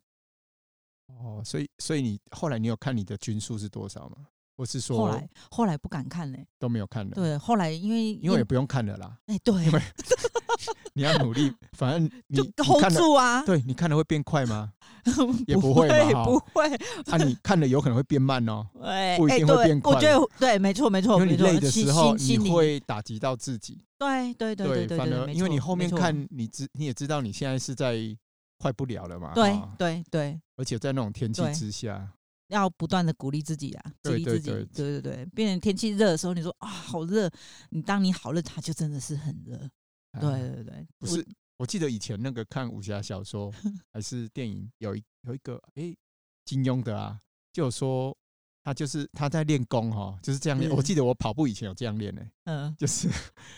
S2: 哦，所以所以你后来你有看你的均数是多少吗？或是
S3: 后
S2: 说
S3: 来后来不敢看嘞、
S2: 都没有看了？，
S3: 对，后来因为
S2: 因为也不用看了啦，
S3: 哎、对
S2: 因 为，你要努力，反正你
S3: 就
S2: 你
S3: hold
S2: 看了，
S3: 住啊，
S2: 对你看了会变快吗？也
S3: 不
S2: 不会嘛哈
S3: 不会，
S2: 啊， 你看了有可能会变慢哦，
S3: 哎
S2: 不一
S3: 哎
S2: 定会
S3: 对
S2: 变快
S3: 我觉得对，没错，没
S2: 因
S3: 错，
S2: 为
S3: 哦没
S2: 你
S3: 错。
S2: 累的
S3: 心
S2: 时候
S3: 心
S2: 你
S3: 心理
S2: 会打击到自己，
S3: 对对对对对
S2: 反
S3: 对，
S2: 而
S3: 没
S2: 因为你
S3: 错
S2: 后面，
S3: 没错
S2: 看你知你也知道你现在是在快不了了嘛，
S3: 对
S2: 啊哈
S3: 对对，
S2: 而且在那种天气
S3: 对
S2: 之下，
S3: 要不断的鼓励自己啊，激
S2: 对
S3: 励
S2: 对
S3: 自己，
S2: 对
S3: 对对对，变成天气热的时候，你说啊好热，你当你好热，它就真的是很热，
S2: 哎
S3: 对对对，
S2: 不是，我记得以前那个看武侠小 说还是电影，有一有一个诶、金庸的啊，就有说他就是他在练功哈，就是这样练。
S3: 嗯
S2: 我记得我跑步以前有这样练呢、
S3: 嗯，
S2: 就是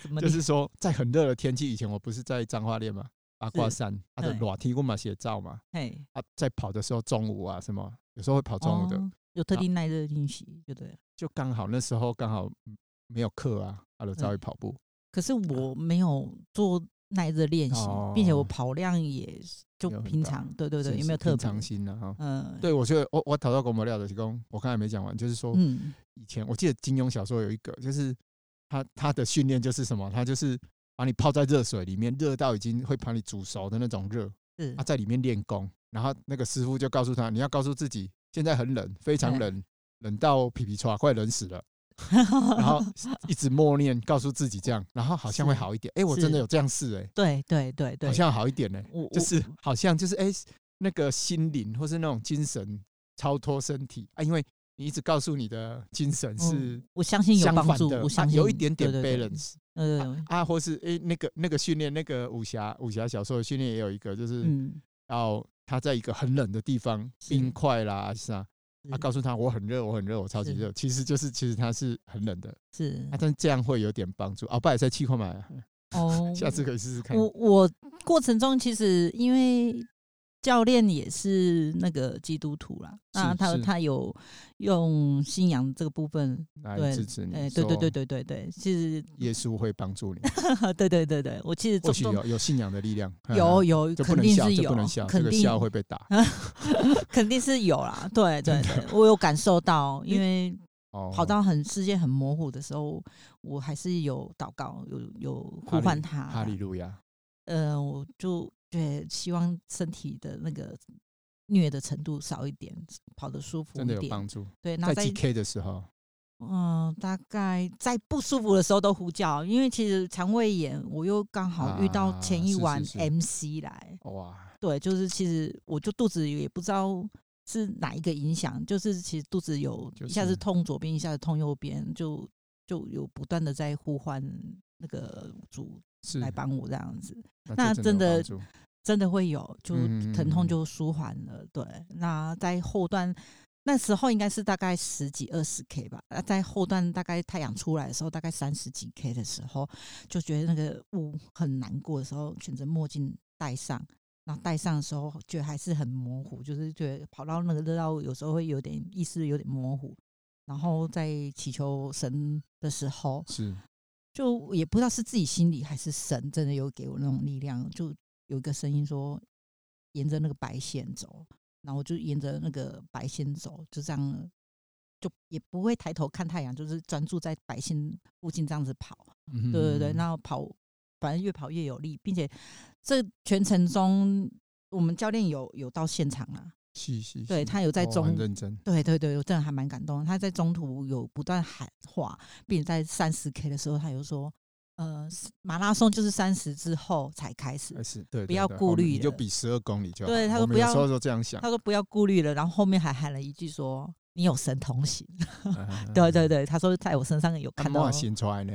S3: 怎么
S2: 就是说在很热的天气，以前我不是在彰化练嘛，八卦山，他的
S3: 嘿
S2: 裸体我嘛写照嘛，
S3: 哎，
S2: 啊，在跑的时候中午啊什么，有时候会跑中午的，啊
S3: 哦有特定耐热练习，对不对了？
S2: 就刚好那时候刚好嗯没有课啊，啊
S3: 嗯
S2: 就稍微跑步，
S3: 可是我没有做耐热练习，并且
S2: 哦
S3: 我跑量也就
S2: 没有很
S3: 平
S2: 高
S3: 常，对对
S2: 是
S3: 对，也没有
S2: 是平
S3: 特别
S2: 常，心啊哈。
S3: 嗯，
S2: 对，我觉得我我讨到跟我们聊的是讲，我刚才没讲完，就是说，
S3: 嗯，
S2: 以前我记得金庸小说有一个，就是他他的训练就是什么，他就是把你泡在热水里面，热到已经会把你煮熟的那种热，
S3: 是
S2: 他在里面练功，然后那个师傅就告诉他，你要告诉自己现在很冷，非常
S3: 对
S2: 冷，冷到皮皮抓，快冷死 了，然后一直默念告诉自己这样，然后好像会
S3: 是
S2: 好一点。哎，我真的
S3: 是
S2: 有这样试哎、
S3: 对对对对，
S2: 好像好一点呢、
S3: 我
S2: 就
S3: 我
S2: 是好像就是哎、那个心灵或是那种精神超脱身体啊，因为你一直告诉你的精神是
S3: 嗯我相信有
S2: 相
S3: 帮
S2: 反
S3: 助，
S2: 的，
S3: 我
S2: 啊
S3: 相信
S2: 有一点点
S3: 对对对
S2: balance
S3: 呃，
S2: 啊啊，或是哎、那个那个训练，那个武侠武侠小说的训练也有一个，就是
S3: 嗯，
S2: 要他在一个很冷的地方，
S3: 是
S2: 冰块啦是啊，他、
S3: 是
S2: 告诉他我很热，我很热，我超级
S3: 是嗯
S2: 热，其实就是其实他是很冷的，
S3: 是
S2: 啊，但这样会有点帮助啊，不然也在气矿买啊，。
S3: 哦
S2: 下次可以试试看。
S3: 我我过程中其实因为教练也是那个基督徒啦，那
S2: 是
S3: 他
S2: 是
S3: 他有用信仰这个部分，
S2: 来
S3: 对
S2: 支持你，
S3: 哎，对对
S2: 说
S3: 对对对对，其实
S2: 耶稣会帮助你，
S3: 对对对对，我其实
S2: 或
S3: 重
S2: 许
S3: 重
S2: 有有信仰的力量。
S3: 有
S2: 嗯，
S3: 有
S2: 这不
S3: 肯
S2: 能
S3: 定
S2: 笑，
S3: 是
S2: 这
S3: 有
S2: 不能笑，，这
S3: 肯
S2: 个
S3: 定
S2: 笑会被打。
S3: 肯定是有啦， 对对对，我有感受到，因为
S2: 哦，
S3: 跑到很视线很模糊的时候，我还是有祷告，有有
S2: 哈
S3: 呼
S2: 利
S3: 唤他。
S2: 哈利路亚，
S3: 呃，我就对希望身体的那个虐的程度少一点，跑得舒服
S2: 真的
S3: 一
S2: 有帮
S3: 点。
S2: 助。
S3: 对，那
S2: 在
S3: 在
S2: GK 的时候，
S3: 嗯、大概在不舒服的时候都呼叫，因为其实肠胃炎，我又刚好遇到
S2: 啊
S3: 前一
S2: 是是
S3: 晚
S2: 是
S3: MC 来，
S2: 哇，
S3: 对，就是其实我就肚子也不知道是哪一个影响，就是其实肚子有
S2: 就
S3: 一下子
S2: 是
S3: 痛左边，一下子痛右边，就就有不断的在呼唤那个主
S2: 是
S3: 来帮我这样子，
S2: 那
S3: 那
S2: 就
S3: 真
S2: 有
S3: 的
S2: 帮助
S3: 真的会有，就
S2: 嗯嗯嗯
S3: 疼痛
S2: 嗯
S3: 就舒缓了。对，那在后段那时候应该是大概十几二十 K 吧，那在后段大概太阳出来的时候，大概三十几 K 的时候，就觉得那个雾很难过的时候，选择墨镜戴上。然后戴上的时候，觉得还是很模糊，就是觉得跑到那个热道，有时候会有点意识有点模糊。然后在祈求神的时候，
S2: 是
S3: 就也不知道是自己心里还是神真的有给我那种力量，就有一个声音说，沿着那个白线走，然后我就沿着那个白线走，就这样，就也不会抬头看太阳，就是专注在白线附近这样子跑，
S2: 嗯
S3: 对对对，然后跑，反正越跑越有力，并且这全程中我们教练有有到现场啊，
S2: 是是，
S3: 对
S2: 是
S3: 他有在
S2: 哦
S3: 中
S2: 很认真，
S3: 对对对，我真的还蛮感动的。他在中途有不断喊话，并且在三十 K 的时候，他有说：“呃，马拉松就是三十之后才开始。
S2: 还哎是对，
S3: 不
S2: 对
S3: 要
S2: 对
S3: 顾
S2: 后面
S3: 虑
S2: 你就
S3: 了
S2: 比十二公里就好。
S3: 对他
S2: 我
S3: 说
S2: 们
S3: 不
S2: 有
S3: 要
S2: 时候就这样想
S3: 他，说：“不要顾虑了。”然后后面还喊了一句说：“你有神同行。
S2: 啊
S3: 对对，对，他说在我身上有
S2: 他
S3: 看
S2: 莫
S3: 到
S2: 先出来 呢，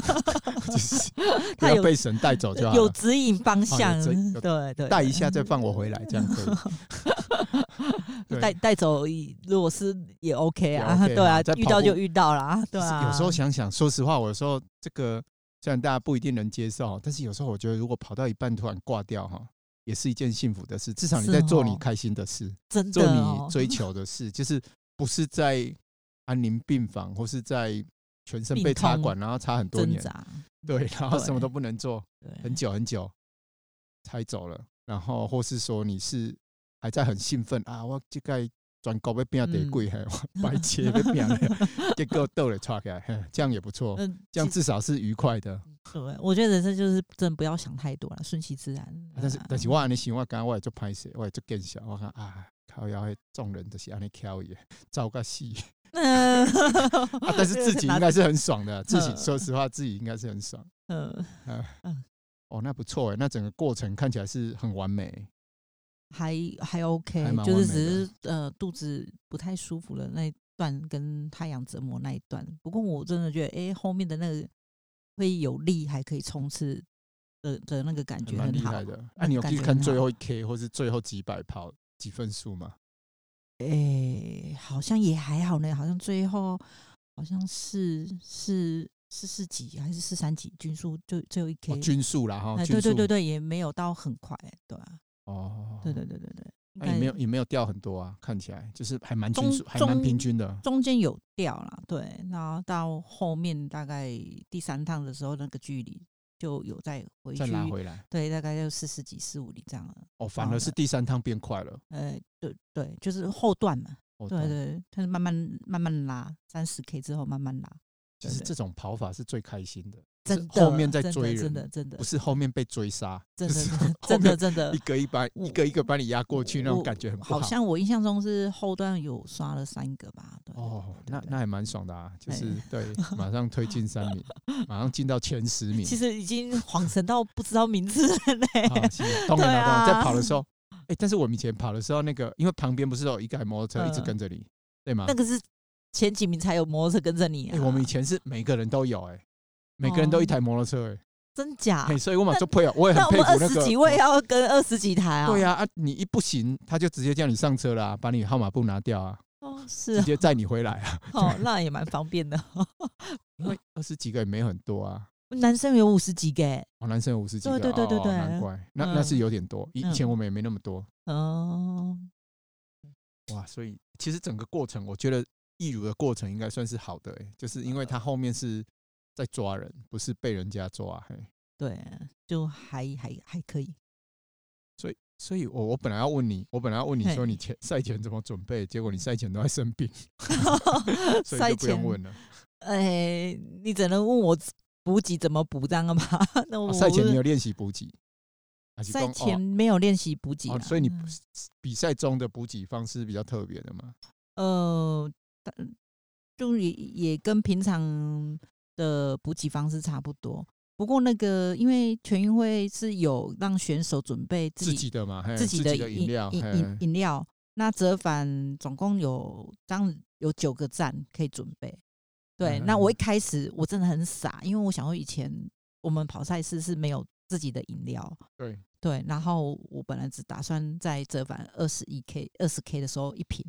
S2: 就是不
S3: 他
S2: 要
S3: 有
S2: 被神带走就好
S3: 呃有
S2: 了，
S3: 指引方向，
S2: 这有
S3: 对对对，
S2: 带一下再放我回来，这样可以。 对
S3: 带带走也，如果是也 OK 啊，
S2: 也 OK
S3: 对啊
S2: 啦在，
S3: 遇
S2: 跑
S3: 到就
S2: 步
S3: 遇到啦，
S2: 就
S3: 对
S2: 是
S3: 啊。
S2: 有时候想想，说实话，我有时候这个虽然大家不一定能接受，但是有时候我觉得，如果跑到一半突然挂掉哈，也是一件幸福的事。至少你
S3: 是
S2: 在做你
S3: 哦
S2: 开心的事，
S3: 真
S2: 做
S3: 的哦
S2: 你追求的事，就是不是在安宁病房或是在全身
S3: 病
S2: 被插
S3: 痛
S2: 管，然后插很多
S3: 挣
S2: 年，
S3: 扎，
S2: 对，然后什么
S3: 对
S2: 都不能做，
S3: 对
S2: 很久很久才走了，然后或是说你是还在很兴奋啊，我这个转高被变得贵，
S3: 嗯
S2: 还、我 白切被变了， 结果斗了岔开，嘿这样也不错，
S3: 嗯，
S2: 这样至少是愉快的。
S3: 对，欸我觉得人生就是真的不要想太多了，顺其自然。
S2: 啊但是
S3: 嗯
S2: 但是我安尼想，我刚我也就拍摄，我也就更想，我看啊。靠腰，众人就是安尼挑伊，糟个 死！
S3: 嗯，
S2: 啊，但是自己应该是很爽的，自己
S3: 嗯
S2: 说实话，自己应该是很爽。
S3: 嗯
S2: 哦，那不错哎，那整个过程看起来是很完美。
S3: 还还
S2: 还
S3: OK，
S2: 蛮
S3: 就是
S2: 完美的
S3: 只是呃肚子不太舒服的那一段跟太阳折磨那一段。不过我真的觉得，哎、后面的那个会有力，还可以冲刺的的那个感
S2: 还
S3: 觉
S2: 蛮
S3: 很
S2: 厉
S3: 好。
S2: 害的。那、你有
S3: 感
S2: 去
S3: 觉
S2: 看
S3: 很
S2: 最
S3: 好
S2: 后一 K 或是最后几百跑几分数吗？
S3: 哎、好像也还好呢，好像最后好像是是是四级还是四三级均数，就最后一 K、
S2: 哦，均数啦哈，
S3: 哎，
S2: 均
S3: 对
S2: 数
S3: 对对对，也没有到很快，对啊，
S2: 哦，
S3: 对对对对对，
S2: 那
S3: 应
S2: 也没
S3: 该
S2: 有也没有掉很多啊，看起来就是还蛮均
S3: 中
S2: 数，还蛮
S3: 中
S2: 平均的。
S3: 中间有掉啦，对，然后到后面大概第三趟的时候，那个距离就有再回去，
S2: 再拉回来
S3: 对，大概要四十几、四五里这样了。
S2: 哦，反
S3: 好
S2: 而
S3: 的
S2: 是第三趟变快了。
S3: 呃，对对，就是后段嘛，
S2: 哦，
S3: 对，对，它是慢慢慢慢拉，三十 K 之后慢慢拉，
S2: 其
S3: 对
S2: 实
S3: 对
S2: 这种跑法是最开心的，是
S3: 真的，
S2: 后面在
S3: 真的
S2: 追
S3: 真
S2: 人，
S3: 的真的
S2: 不是后面被追杀，
S3: 真
S2: 就
S3: 的
S2: 是
S3: 真的
S2: 后
S3: 真的
S2: 面
S3: 真的
S2: 一，个一把一
S3: 呃我
S2: 个一个把你压过去，那种
S3: 我
S2: 感觉很不
S3: 好像我印象中是后段有刷了三个吧，对，
S2: 哦，
S3: 对
S2: 那
S3: 对
S2: 那还蛮爽的啊，就
S3: 哎
S2: 是对，马上推进三名，马上进到前十 名。
S3: 其实已经恍神到不知道名字了嘞
S2: 嗯 啊，。是当然了，
S3: 对
S2: 当然，
S3: 啊
S2: 在跑的时候，哎，但是我们以前跑的时候，那个因为旁边不是有一台摩托车一直
S3: 嗯
S2: 跟着你，对吗
S3: 那？个是前几名才有摩托车跟着你啊！
S2: 哎，我们以前是每个人都有，哎，每个人都一台摩托车，
S3: 真假
S2: 哎，？哎，所以我马
S3: 啊那
S2: 上配合，我也很
S3: 那我
S2: 佩
S3: 们
S2: 服
S3: 二
S2: 那
S3: 十
S2: 个。
S3: 几位啊要跟二十几台啊？
S2: 对啊，啊，你一不行，他就直接叫你上车啦，把你号码布拿掉啊，
S3: 哦，是
S2: 直
S3: 啊
S2: 接载你回来 啊，
S3: 哦， 那也蛮方便的。
S2: 因为二十几个也没很多啊。
S3: 男生有五十几个欸，
S2: 哦，男生有五十几个，
S3: 对对对
S2: 哦
S3: 对
S2: 难
S3: 对
S2: 怪，那那是
S3: 嗯
S2: 有点多，以以前我们也没那么多，
S3: 哦，
S2: 哇，所以其实整个过程，我觉得易如的过程应该算是好的、欸，就是因为
S3: 嗯
S2: 他后面是在抓人，不是被人家抓、嘿，
S3: 对，就还还还可以。
S2: 所以，所以我我本来要问你，我本来要问你
S3: 嘿
S2: 说你前赛前怎么准备，结果你赛前都在生病， 所以
S3: 赛
S2: 就不用
S3: 前，
S2: 问了。啊
S3: 哎，你只能问我补给怎么补这样吧？ 那
S2: 哦
S3: 我
S2: 赛、前你有练习补给，还是
S3: 赛
S2: 讲
S3: 前没有练习补给
S2: 哦
S3: 啊
S2: 哦，，所以你比赛中的补给方式比较特别的嘛？
S3: 呃，但就也也跟平常的补给方式差不多。不过那个，因为全运会是有让选手准备自
S2: 自
S3: 己
S2: 己的嘛，嘿
S3: 自己的
S2: 饮料，
S3: 饮
S2: 嘿
S3: 饮饮料，那折返总共有这样有九个站可以准备。对，
S2: 嗯
S3: 那
S2: 嗯
S3: 我一
S2: 嗯
S3: 开始我真的很傻，因为我想说以前我们跑赛事是没有自己的饮料，
S2: 对，
S3: 对，然后我本来只打算在折返二十一 k、二十 k 的时候一瓶，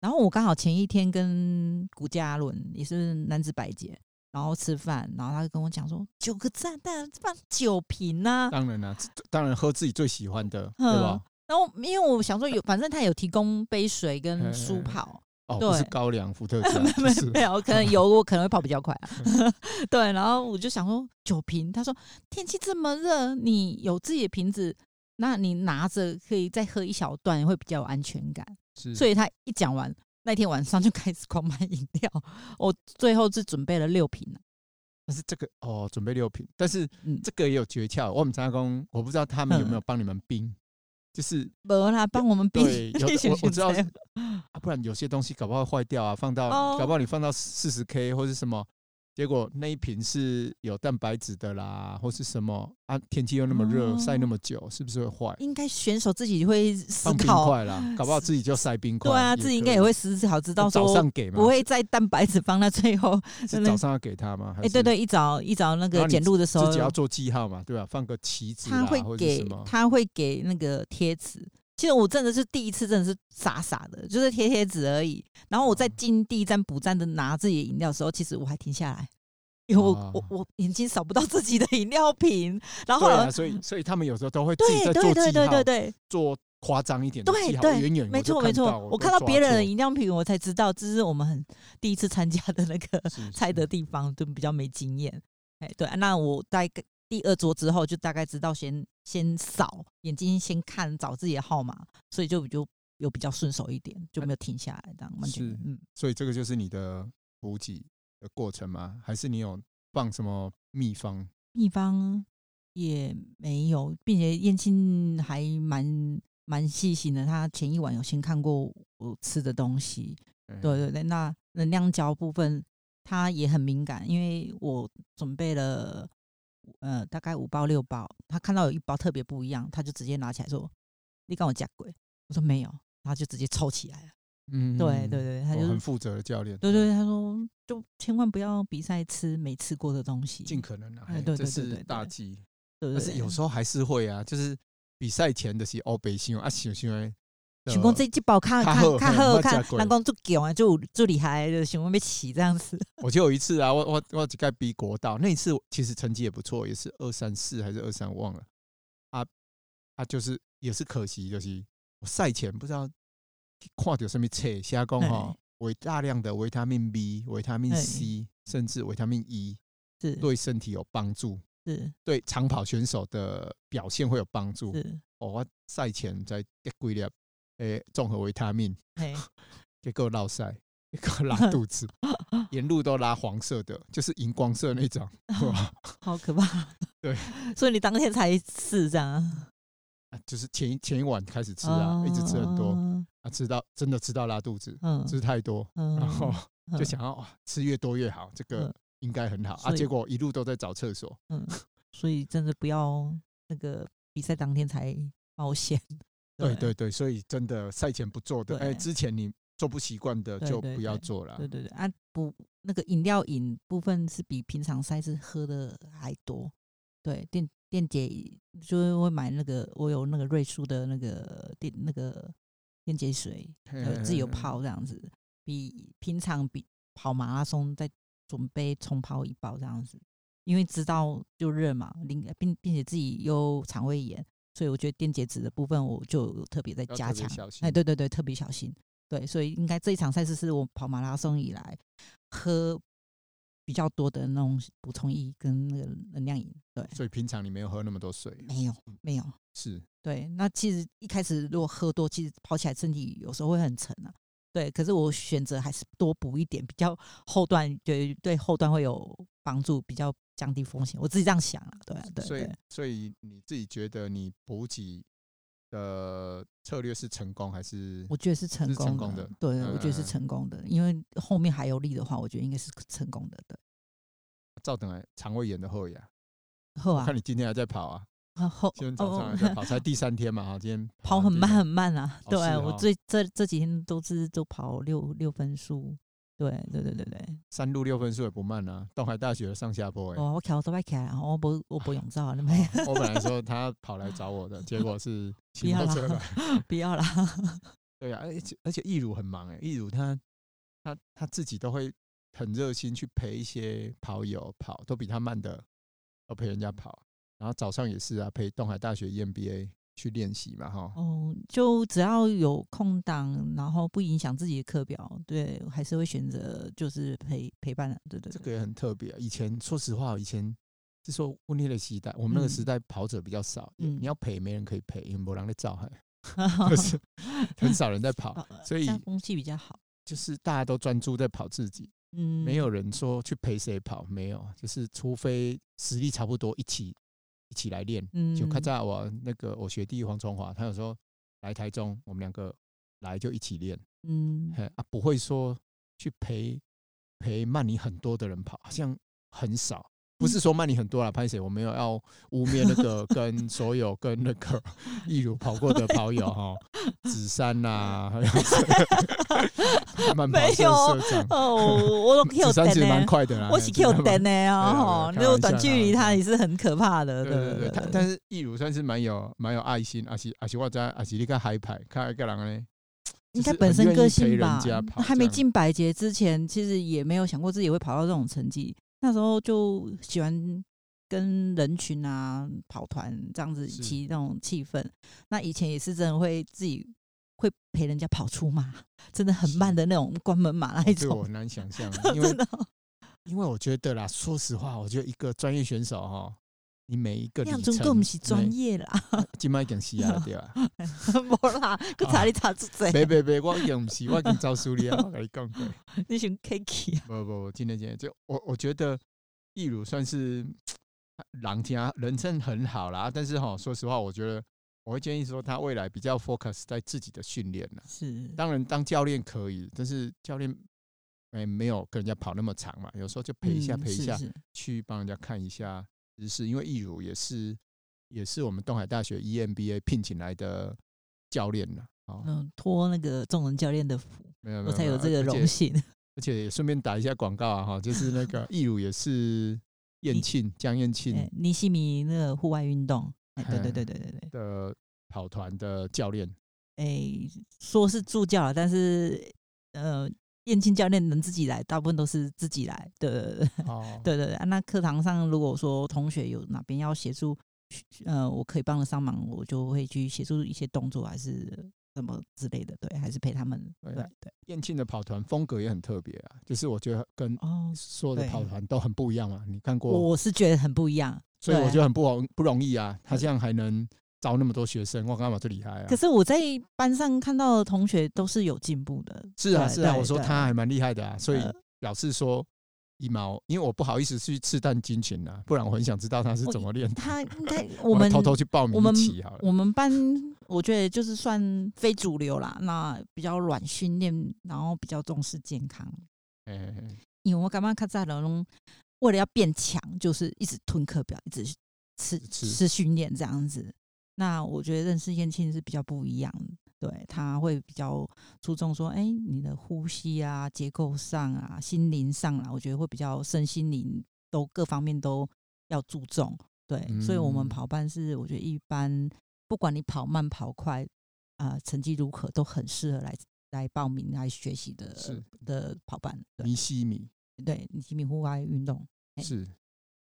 S3: 然后我刚好前一天跟古嘉伦也是男子百杰，然后吃饭，然后他就跟我讲说九个炸弹放九瓶啊呐、
S2: 当然啦、这当然喝自己最喜欢的，对
S3: 嗯
S2: 吧？
S3: 然后因为我想说有，反正他有提供杯水跟
S2: 嗯嗯
S3: 舒
S2: 嗯
S3: 跑，
S2: 哦，不是
S3: 对
S2: 高粱伏特加，
S3: 没
S2: 是
S3: 没有，可能有啊我可能会跑比较快、啊。 对，然后我就想说酒瓶，他说天气这么热，你有自己的瓶子，那你拿着可以再喝一小段，会比较有安全感。
S2: 是
S3: 所以他一讲完，那天晚上就开始狂买饮料， 我最后是准备了六瓶啊
S2: 但是这个哦，准备六瓶，但是
S3: 嗯，
S2: 这个也有诀窍。我们常公，我不知道他们有没有
S3: 嗯
S2: 帮你们冰，就是
S3: 没啦，帮我们冰
S2: 对，有
S3: 冰
S2: 的我我知道
S3: 选
S2: 是啊，不然有些东西搞不好会坏掉啊，放到、
S4: 哦
S2: 搞不好你放到四十 K 或是什么，结果那一瓶是有蛋白质的啦，或是什么啊，天气又那么热，晒、
S3: 哦
S2: 那么久，是不是会坏？
S3: 应该选手自己会思
S2: 放冰
S3: 考，
S2: 块啦，搞不好自己就塞冰块。
S3: 对啊，自己应该也
S2: 可以
S3: 会思考，知道
S2: 早
S3: 说
S2: 上给嘛，
S3: 不会再蛋白质放到最后。
S2: 是早上要给他吗？还
S3: 哎、
S2: 是
S3: 对对，一早一早那
S2: 然
S3: 个
S2: 后你
S3: 检录的时候，
S2: 自己要做记号嘛，对吧、放个旗子
S3: 他
S2: 啦，
S3: 会
S2: 啊或者是
S3: 给
S2: 什么？
S3: 他会给那个贴纸。其实我真的是第一次，真的是傻傻的，就是贴贴纸而已。然后我在
S2: 哦
S3: 进第一站补站的拿自己的饮料的时候，其实我还停下来，因为我、
S2: 哦
S3: 我我眼睛扫不到自己的饮料瓶。然后
S2: 对
S3: 后
S2: 啊，
S3: 来
S2: 所以所以他们有时候都会自己
S3: 对
S2: 在
S3: 对
S2: 做
S3: 对
S2: 记
S3: 对
S2: 号，
S3: 对对
S2: 做夸张一点的
S3: 对
S2: 记号，
S3: 对
S2: 远远
S3: 没
S2: 我就
S3: 错没错
S2: 到，
S3: 我
S2: 我
S3: 看到
S2: 就抓
S3: 别人的
S2: 错
S3: 饮料瓶，我才知道这是我们很第一次参加的那个
S2: 是
S3: 菜的
S2: 是
S3: 地方，就比较没经验。哎，对，那我在第二桌之后，就大概知道先先扫，眼睛先看找自己的号码，所以就就有比较顺手一点，就没有停下来，这样完全
S2: 是
S3: 嗯。
S2: 所以这个就是你的补给的过程吗？还是你有放什么秘方？
S3: 秘方也没有，并且燕青还蛮蛮细心的，他前一晚有先看过我吃的东西，
S2: 嗯
S3: 对对对，那能量胶部分它也很敏感，因为我准备了呃大概五包六包，他看到有一包特别不一样，他就直接拿起来说：“你跟我讲鬼。”我说没有，他就直接抽起来了。
S2: 嗯
S3: 对对对，他
S2: 我
S3: 就
S2: 很负责的教练，
S3: 对对，对，他说就千万不要比赛吃没吃过的东西，
S2: 尽可能啊，
S3: 哎
S2: 嘿
S3: 对
S2: 这
S3: 对对对
S2: 是
S3: 对
S2: 大忌。
S3: 对对
S2: 但是有时候还是会啊，就是比赛前的是欧北新闻啊，想想的
S3: 候想讲这这包看
S2: 较
S3: 看
S2: 好
S3: 看
S2: 嘿
S3: 好
S2: 捌
S3: 看
S2: 吃，过
S3: 人讲足强啊，就就厉害，就想讲要起这样子。
S2: 我就有一次啊，我我我只盖逼国道那一次，其实成绩也不错，也是二三四还是二三，我忘了。啊啊，就是也是可惜，就是我赛前不知道去看到什么册，瞎讲哈
S3: 哎，
S2: 维大量的维他命 B、维他命
S3: 哎
S2: C，甚至维他命 E
S3: 是
S2: 对身体有帮助，
S3: 是
S2: 对长跑选手的表现会有帮助。
S3: 是，
S2: 哦，我赛前在跌几粒诶综合维他命，
S3: 嘿，
S2: 结果落晒，结果拉肚 子，沿路都拉黄色的，就是荧光色那 种。是吧
S3: 好可怕。
S2: 对，
S3: 所以你当天才试这样啊，
S2: 啊就是前一前一晚开始吃啊，一直吃很多
S3: 哦，
S2: 啊，吃到真的吃到拉肚子，
S3: 嗯，
S2: 吃太多，
S3: 嗯
S2: 然后
S3: 嗯
S2: 就想要哇，吃越多越好，这个
S3: 嗯
S2: 应该很好啊。
S3: 所以
S2: 结果一路都在找厕所，
S3: 嗯，所以真的不要那个比赛当天才冒险。啊
S2: 对对对，所以真的赛前不做的，
S3: 对
S2: 哎，之前你做不习惯的
S3: 对
S2: 就
S3: 对
S2: 不要
S3: 对
S2: 做了
S3: 对。对对啊，不，那个饮料饮部分是比平常赛事喝的还多。对，店店姐就是会买那个，我有那个瑞舒的那个电那个电解水，呃，自由
S2: 嗯，
S3: 泡这样子，比平常比跑马拉松再准备重跑一包这样子，因为知道就热嘛，并并并且自己又肠胃炎，所以我觉得电解质的部分我就有特别在
S2: 要
S3: 加
S2: 特别
S3: 强。
S2: 小
S3: 哎，
S2: 心。
S3: 对对对，特别小心。对，所以应该这一场赛事是我跑马拉松以来喝比较多的那种补充液跟那个能量饮。对，
S2: 所以平常你没有喝那么多水，
S3: 没有没有，
S2: 是
S3: 对，那其实一开始如果喝多，其实跑起来身体有时候会很沉啊。对，可是我选择还是多补一点，比较后段对对后段会有帮助，比较降低风险。我自己这样想啊，对啊对
S2: 所以
S3: 对。，
S2: 所以你自己觉得你补给的策略是成功还是
S3: 我觉得是成
S2: 是
S3: 功
S2: 成
S3: 的，
S2: 功的
S3: 对，我觉得
S2: 嗯
S3: 是
S2: 嗯嗯
S3: 成功的，因为后面还有力的话，我觉得应该是成功的。对，
S2: 照等来肠胃炎的后呀？
S3: 后
S2: 我
S3: 啊
S2: 看，你今天还在跑啊，
S3: 啊后
S2: 今天早上还
S3: 哦
S2: 在跑，才第三天嘛，哈，今天
S3: 跑
S2: 完
S3: 很
S2: 第
S3: 慢
S2: 三
S3: 很慢啊，
S2: 哦
S3: 对
S2: 是
S3: 我
S2: 哦
S3: 最这这几天都是都跑六六分数，对对对对对。
S2: 山路六分数也不慢啊，东海大学的上下坡哎、
S3: 哦，我桥都快起来了，我不我不用照了，没
S2: 我本来说他跑来找我的，结果 是骑
S3: 要
S2: 摩托车
S3: 啦
S2: 来。
S3: 必要啦。
S2: 对啊，而且而且易如很忙哎、易如他他他自己都会很热心去陪一些跑友跑，都比他慢的要陪人家跑。然后早上也是啊，陪东海大学 EMBA 去练习嘛哈。
S3: 哦，就只要有空档，然后不影响自己的课表，对，还是会选择就是陪陪伴的，对对
S2: 这
S3: 对。
S2: 个也很特别、啊。以前说实话，以前是说温烈的时代，我们那个时
S3: 嗯
S2: 代跑者比较少，
S3: 嗯
S2: 你要陪没人可以陪，因为没人在照 海，就是很少人在 跑，
S3: 哦
S2: 所以
S3: 这样风气比较好。
S2: 就是大家都专注在跑自己，
S3: 嗯，
S2: 没有人说去陪谁跑，没有，就是除非实力差不多，一起一起来练。
S3: 嗯，
S2: 就看在我那个我学弟黄崇华，他有时候来台中，我们两个来就一起练，
S3: 嗯，
S2: 嘿啊，不会说去陪陪慢你很多的人跑，好像很少。不
S3: 嗯
S2: 是说慢你很多啦，潘姐，我没有要污蔑那个跟所有跟那 个易如跑过的跑友哈，子珊呐、还有慢跑
S3: 没
S2: 社
S3: 有
S2: 社长，
S3: 哦， 我都 Q
S2: 子珊
S3: 灯
S2: 其实蛮
S3: 呢，
S2: 快的啦，
S3: 我
S2: 嘿
S3: 是
S2: 真的
S3: Q
S2: 蛮
S3: 灯 呢哦，
S2: 对对对开
S3: 那种
S2: 玩
S3: 短
S2: 笑
S3: 距离
S2: 开玩
S3: 他
S2: 笑
S3: 也是很可怕的，
S2: 对对对，
S3: 对
S2: 但但是易如算是蛮有蛮有爱心，啊而且而且我知道，而且你看海派，看一个人呢，
S3: 应
S2: 就
S3: 该
S2: 是
S3: 本
S2: 很
S3: 身
S2: 愿
S3: 个
S2: 意陪
S3: 性
S2: 人
S3: 吧
S2: 家，跑
S3: 还
S2: 这
S3: 没
S2: 样
S3: 进百杰之前，其实也没有想过自己会跑到这种成绩。那时候就喜欢跟人群啊、跑团这样子
S2: 是
S3: 起那种气氛。那以前也是真的会自己会陪人家跑出马， 真的很慢
S2: 是
S3: 的那种关门马那
S2: 哦
S3: 一
S2: 这个我
S3: 种，，
S2: 很难想象 因为
S3: 真的哦
S2: 因为我觉得啦，说实话，我觉得一个专业选手哈，你每一个
S3: 那
S2: 里
S3: 样
S2: 程
S3: 总共不是专，业啦，
S2: 今麦讲是啊，对吧？
S3: 无啦，去
S2: 啊
S3: 查你查出
S2: 别
S3: 谁？
S2: 别别，我讲不是，我讲招数你啊，我跟你讲过。
S3: 你想 Kiki 啊？
S2: 不不不，今天今天就我我觉得易如算是狼家人称很好啦，但是哈，说实话，我觉得我会建议说他未来比较 focus 在自己的训练啦。
S3: 是，
S2: 当然当教练可以，但是教练哎、没有跟人家跑那么长嘛，有时候就陪一下、
S3: 嗯
S2: 陪一
S3: 是
S2: 下，
S3: 是
S2: 去帮人家看一下知识，因为易如也是也是我们东海大学 E EMBA 聘请来的教练了。哦，
S3: 嗯，托那个众人教练的福，
S2: 没有没有，
S3: 我才有
S2: 没
S3: 这个
S2: 而且
S3: 荣幸。
S2: 而且也顺便打一下广告啊，哈，就是那 个易如也是燕
S3: 你
S2: 庆江燕庆
S3: 欸尼西米那个户外运动，哎、对
S2: 嗯
S3: 对
S2: 嘿
S3: 对对对对，
S2: 的跑团的教 练，
S3: 哎、说是助教啦，但是呃，燕青教练能自己来，大部分都是自己来，对对对对
S2: 哦，
S3: 对对对。啊那课堂上如果说同学有哪边要协助，呃，我可以帮得上忙，我就会去协助一些动作还是什么之类的，对，还是陪他们，
S2: 对
S3: 对
S2: 啊
S3: 对
S2: 燕庆的跑团风格也很特别啊，就是我觉得跟
S3: 哦。
S2: 所有的
S3: 对
S2: 跑团都很不一样嘛，你看过，
S3: 我是觉得很不一样，
S2: 所以我
S3: 对
S2: 觉得很不容不容易啊，他这样还能招那么多学生，我干嘛最厉害啊
S3: 可？是我在班上看到的同学都是有进步的。
S2: 是啊
S3: 对
S2: 是啊，
S3: 对
S2: 我说
S3: 对
S2: 他还蛮厉害的啊，所以
S3: 呃
S2: 表示说一毛，因为我不好意思去刺探金群啊，不然我很想知道他是
S3: 我
S2: 怎么练的，
S3: 他应 该
S2: 我
S3: 哦我们
S2: 偷偷去报名
S3: 我们
S2: 一起好了，
S3: 我们班我觉得就是算非主流啦，那比较软训练，然后比较重视健康。
S2: 哎哎哎
S3: 因为我感觉较早的拢为了要变强，就是一直吞课表，一直吃
S2: 吃
S3: 吃训练这样子。那我觉得认识燕青是比较不一样的，对他会比较注重说，哎、你的呼吸啊、结构上啊、心灵上啊，我觉得会比较身心灵都各方面都要注重。对，所以我
S2: 嗯
S3: 们跑班是我觉得一般，不管你跑慢跑快，啊、成绩如何，都很适合来来报名来学习的
S2: 是
S3: 的哎跑班。对。
S2: 尼西米。
S3: 对，你极品户外运动。嘿
S2: 是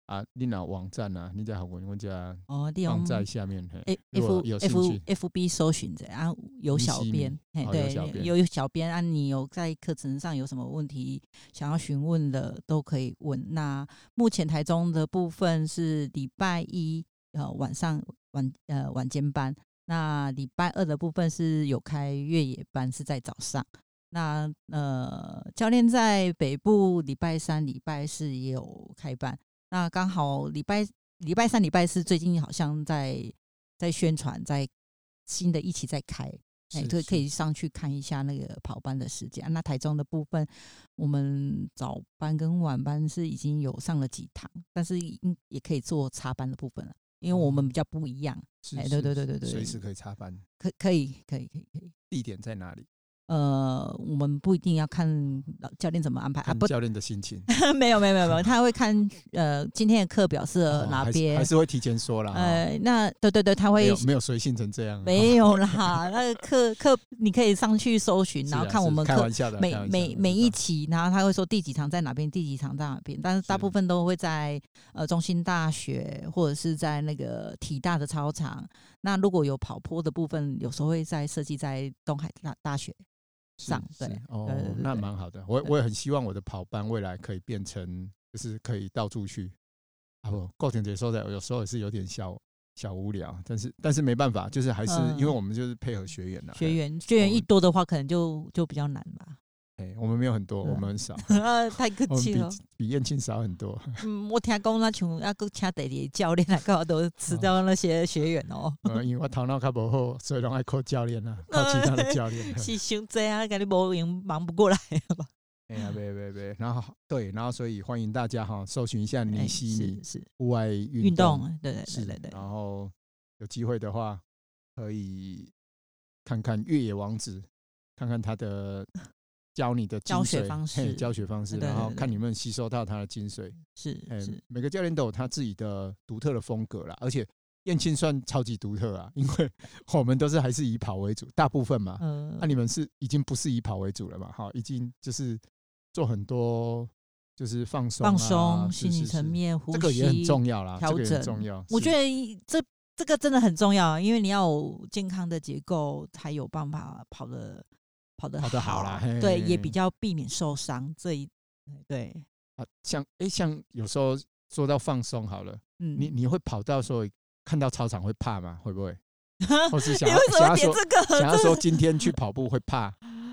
S2: 啊，你那网站啊，你在好文文家
S3: 哦，利
S2: 放
S3: 用
S2: 在下面。嘿
S3: A
S2: 如果
S3: F
S2: 有兴
S3: F
S2: 趣
S3: F B 搜寻着，然后有
S2: 尼
S3: 小
S2: 西
S3: 编
S2: 米，
S3: 嘿，
S2: 哦有
S3: 哎对
S2: 小，编
S3: 有有小编啊，你有在课程上有什么问题想要询问的，都可以问。那目前台中的部分是礼拜一呃晚上晚呃晚间班，那礼拜二的部分是有开越野班，是在早上。那呃，教练在北部礼拜三、礼拜四也有开班。那刚好礼拜礼拜三、礼拜四最近好像在在宣传，在新的一期在开，哎，
S2: 是
S3: 可以
S2: 是
S3: 可以上去看一下那个跑班的时间。啊那台中的部分，我们早班跟晚班是已经有上了几堂，但是应也可以做插班的部分了，因为我
S2: 哦
S3: 们比较不一样。
S2: 是
S3: 哎
S2: 是
S3: 对对
S2: 是
S3: 对对对
S2: 随
S3: 对
S2: 时可以插班。
S3: 可可以可以可以可以，
S2: 地点在哪里？
S3: 呃，我们不一定要看老教练怎么安排啊，
S2: 看
S3: 不，
S2: 教练的心情，
S3: 没有没有没有没 有，他会看呃今天的课表适合
S2: 哦
S3: 呃哪
S2: 还是
S3: 边
S2: 还，是会提前说啦。哦
S3: 呃，那对对对，他
S2: 没
S3: 会
S2: 有没有随性成这样，啊
S3: 没有啦，那个课课你可以上去搜寻，
S2: 是啊，
S3: 然后看我们
S2: 是开
S3: 课
S2: 玩笑的，
S3: 每
S2: 开玩笑的
S3: 每每一期，然后他会说第几场在哪边，第几场在哪边，但是大
S2: 是
S3: 部分都会在呃中心大学或者是在那个体大的操场。那如果有跑坡的部分，有时候会在设计在东海大大学。
S2: 是
S3: 上
S2: 是
S3: 对
S2: 哦
S3: 对对，对
S2: 那
S3: 对
S2: 蛮好的。我
S3: 对
S2: 我也很希望我的跑班未来可以变成，就是可以到处去。啊不，构田姐说的，有时候也是有点小小无聊，但是但是没办法，就是还是因为
S3: 嗯
S2: 我们就是配合学员啊啦。
S3: 学
S2: 嘿，
S3: 员学员
S2: 我
S3: 一
S2: 们
S3: 多的话，可能就就比较难吧。
S2: 哎，我们没有很多，
S3: 对，
S2: 我们很少
S3: 啊，太客
S2: 我们
S3: 气
S2: 比
S3: 了。
S2: 比燕青少很 多。
S3: 嗯，我听讲那像啊，个请第二教练来 搞
S2: 哦
S3: 都吃掉那些学员哦，。
S2: 呃，因为我头脑较无好，所以拢爱靠教练啦，靠其他的教练
S3: 是伤这啊，感觉无用，忙不过来 了吧？
S2: 哎呀，别别别，然后对，然后所以欢迎大家哈，搜寻一下
S3: 哎
S2: 尼西
S3: 是
S2: 米
S3: 是
S2: 户外运
S3: 运
S2: 动
S3: 动，啊对对
S2: 是哦
S3: 对对对。
S2: 然后有机会的话，可以看看越野王子，看看他 的教你的
S3: 教
S2: 精
S3: 学
S2: 髓
S3: 方
S2: 嘿
S3: 式
S2: 教学方式，
S3: 对
S2: 然
S3: 对
S2: 后
S3: 对
S2: 看你有没有吸收到他的精髓。
S3: 是
S2: 哎
S3: 是，
S2: 每个教练都有他自己的独特的风格啦，而且燕青算超级独特啊，因 为我们都是还是以跑为主，大部分嘛。
S3: 呃
S2: 那、，你们是已经不是以跑为主了嘛？哈，已经就是做很多就是放松、啊、
S3: 放松，
S2: 是
S3: 心
S2: 是
S3: 理层
S2: 是
S3: 面，呼
S2: 这
S3: 吸，
S2: 个也很重要啦，这
S3: 调
S2: 个也很
S3: 整
S2: 重要。
S3: 我
S2: 是
S3: 觉得这这个真的很重要，因为你要有健康的结构，才有办法跑的跑的
S2: 跑得好啦嘿
S3: 对，
S2: 嘿
S3: 也
S2: 嘿
S3: 比较避免受伤这一对，
S2: 啊，像诶，像有时候说到放松好了，
S3: 嗯，
S2: 你你会跑到说看到操场会怕吗？会不会？或是
S3: 你
S2: 想要
S3: 为什
S2: 想
S3: 么
S2: 要
S3: 点
S2: 说
S3: 这个？
S2: 想要
S3: 这
S2: 说今天去跑步会 怕，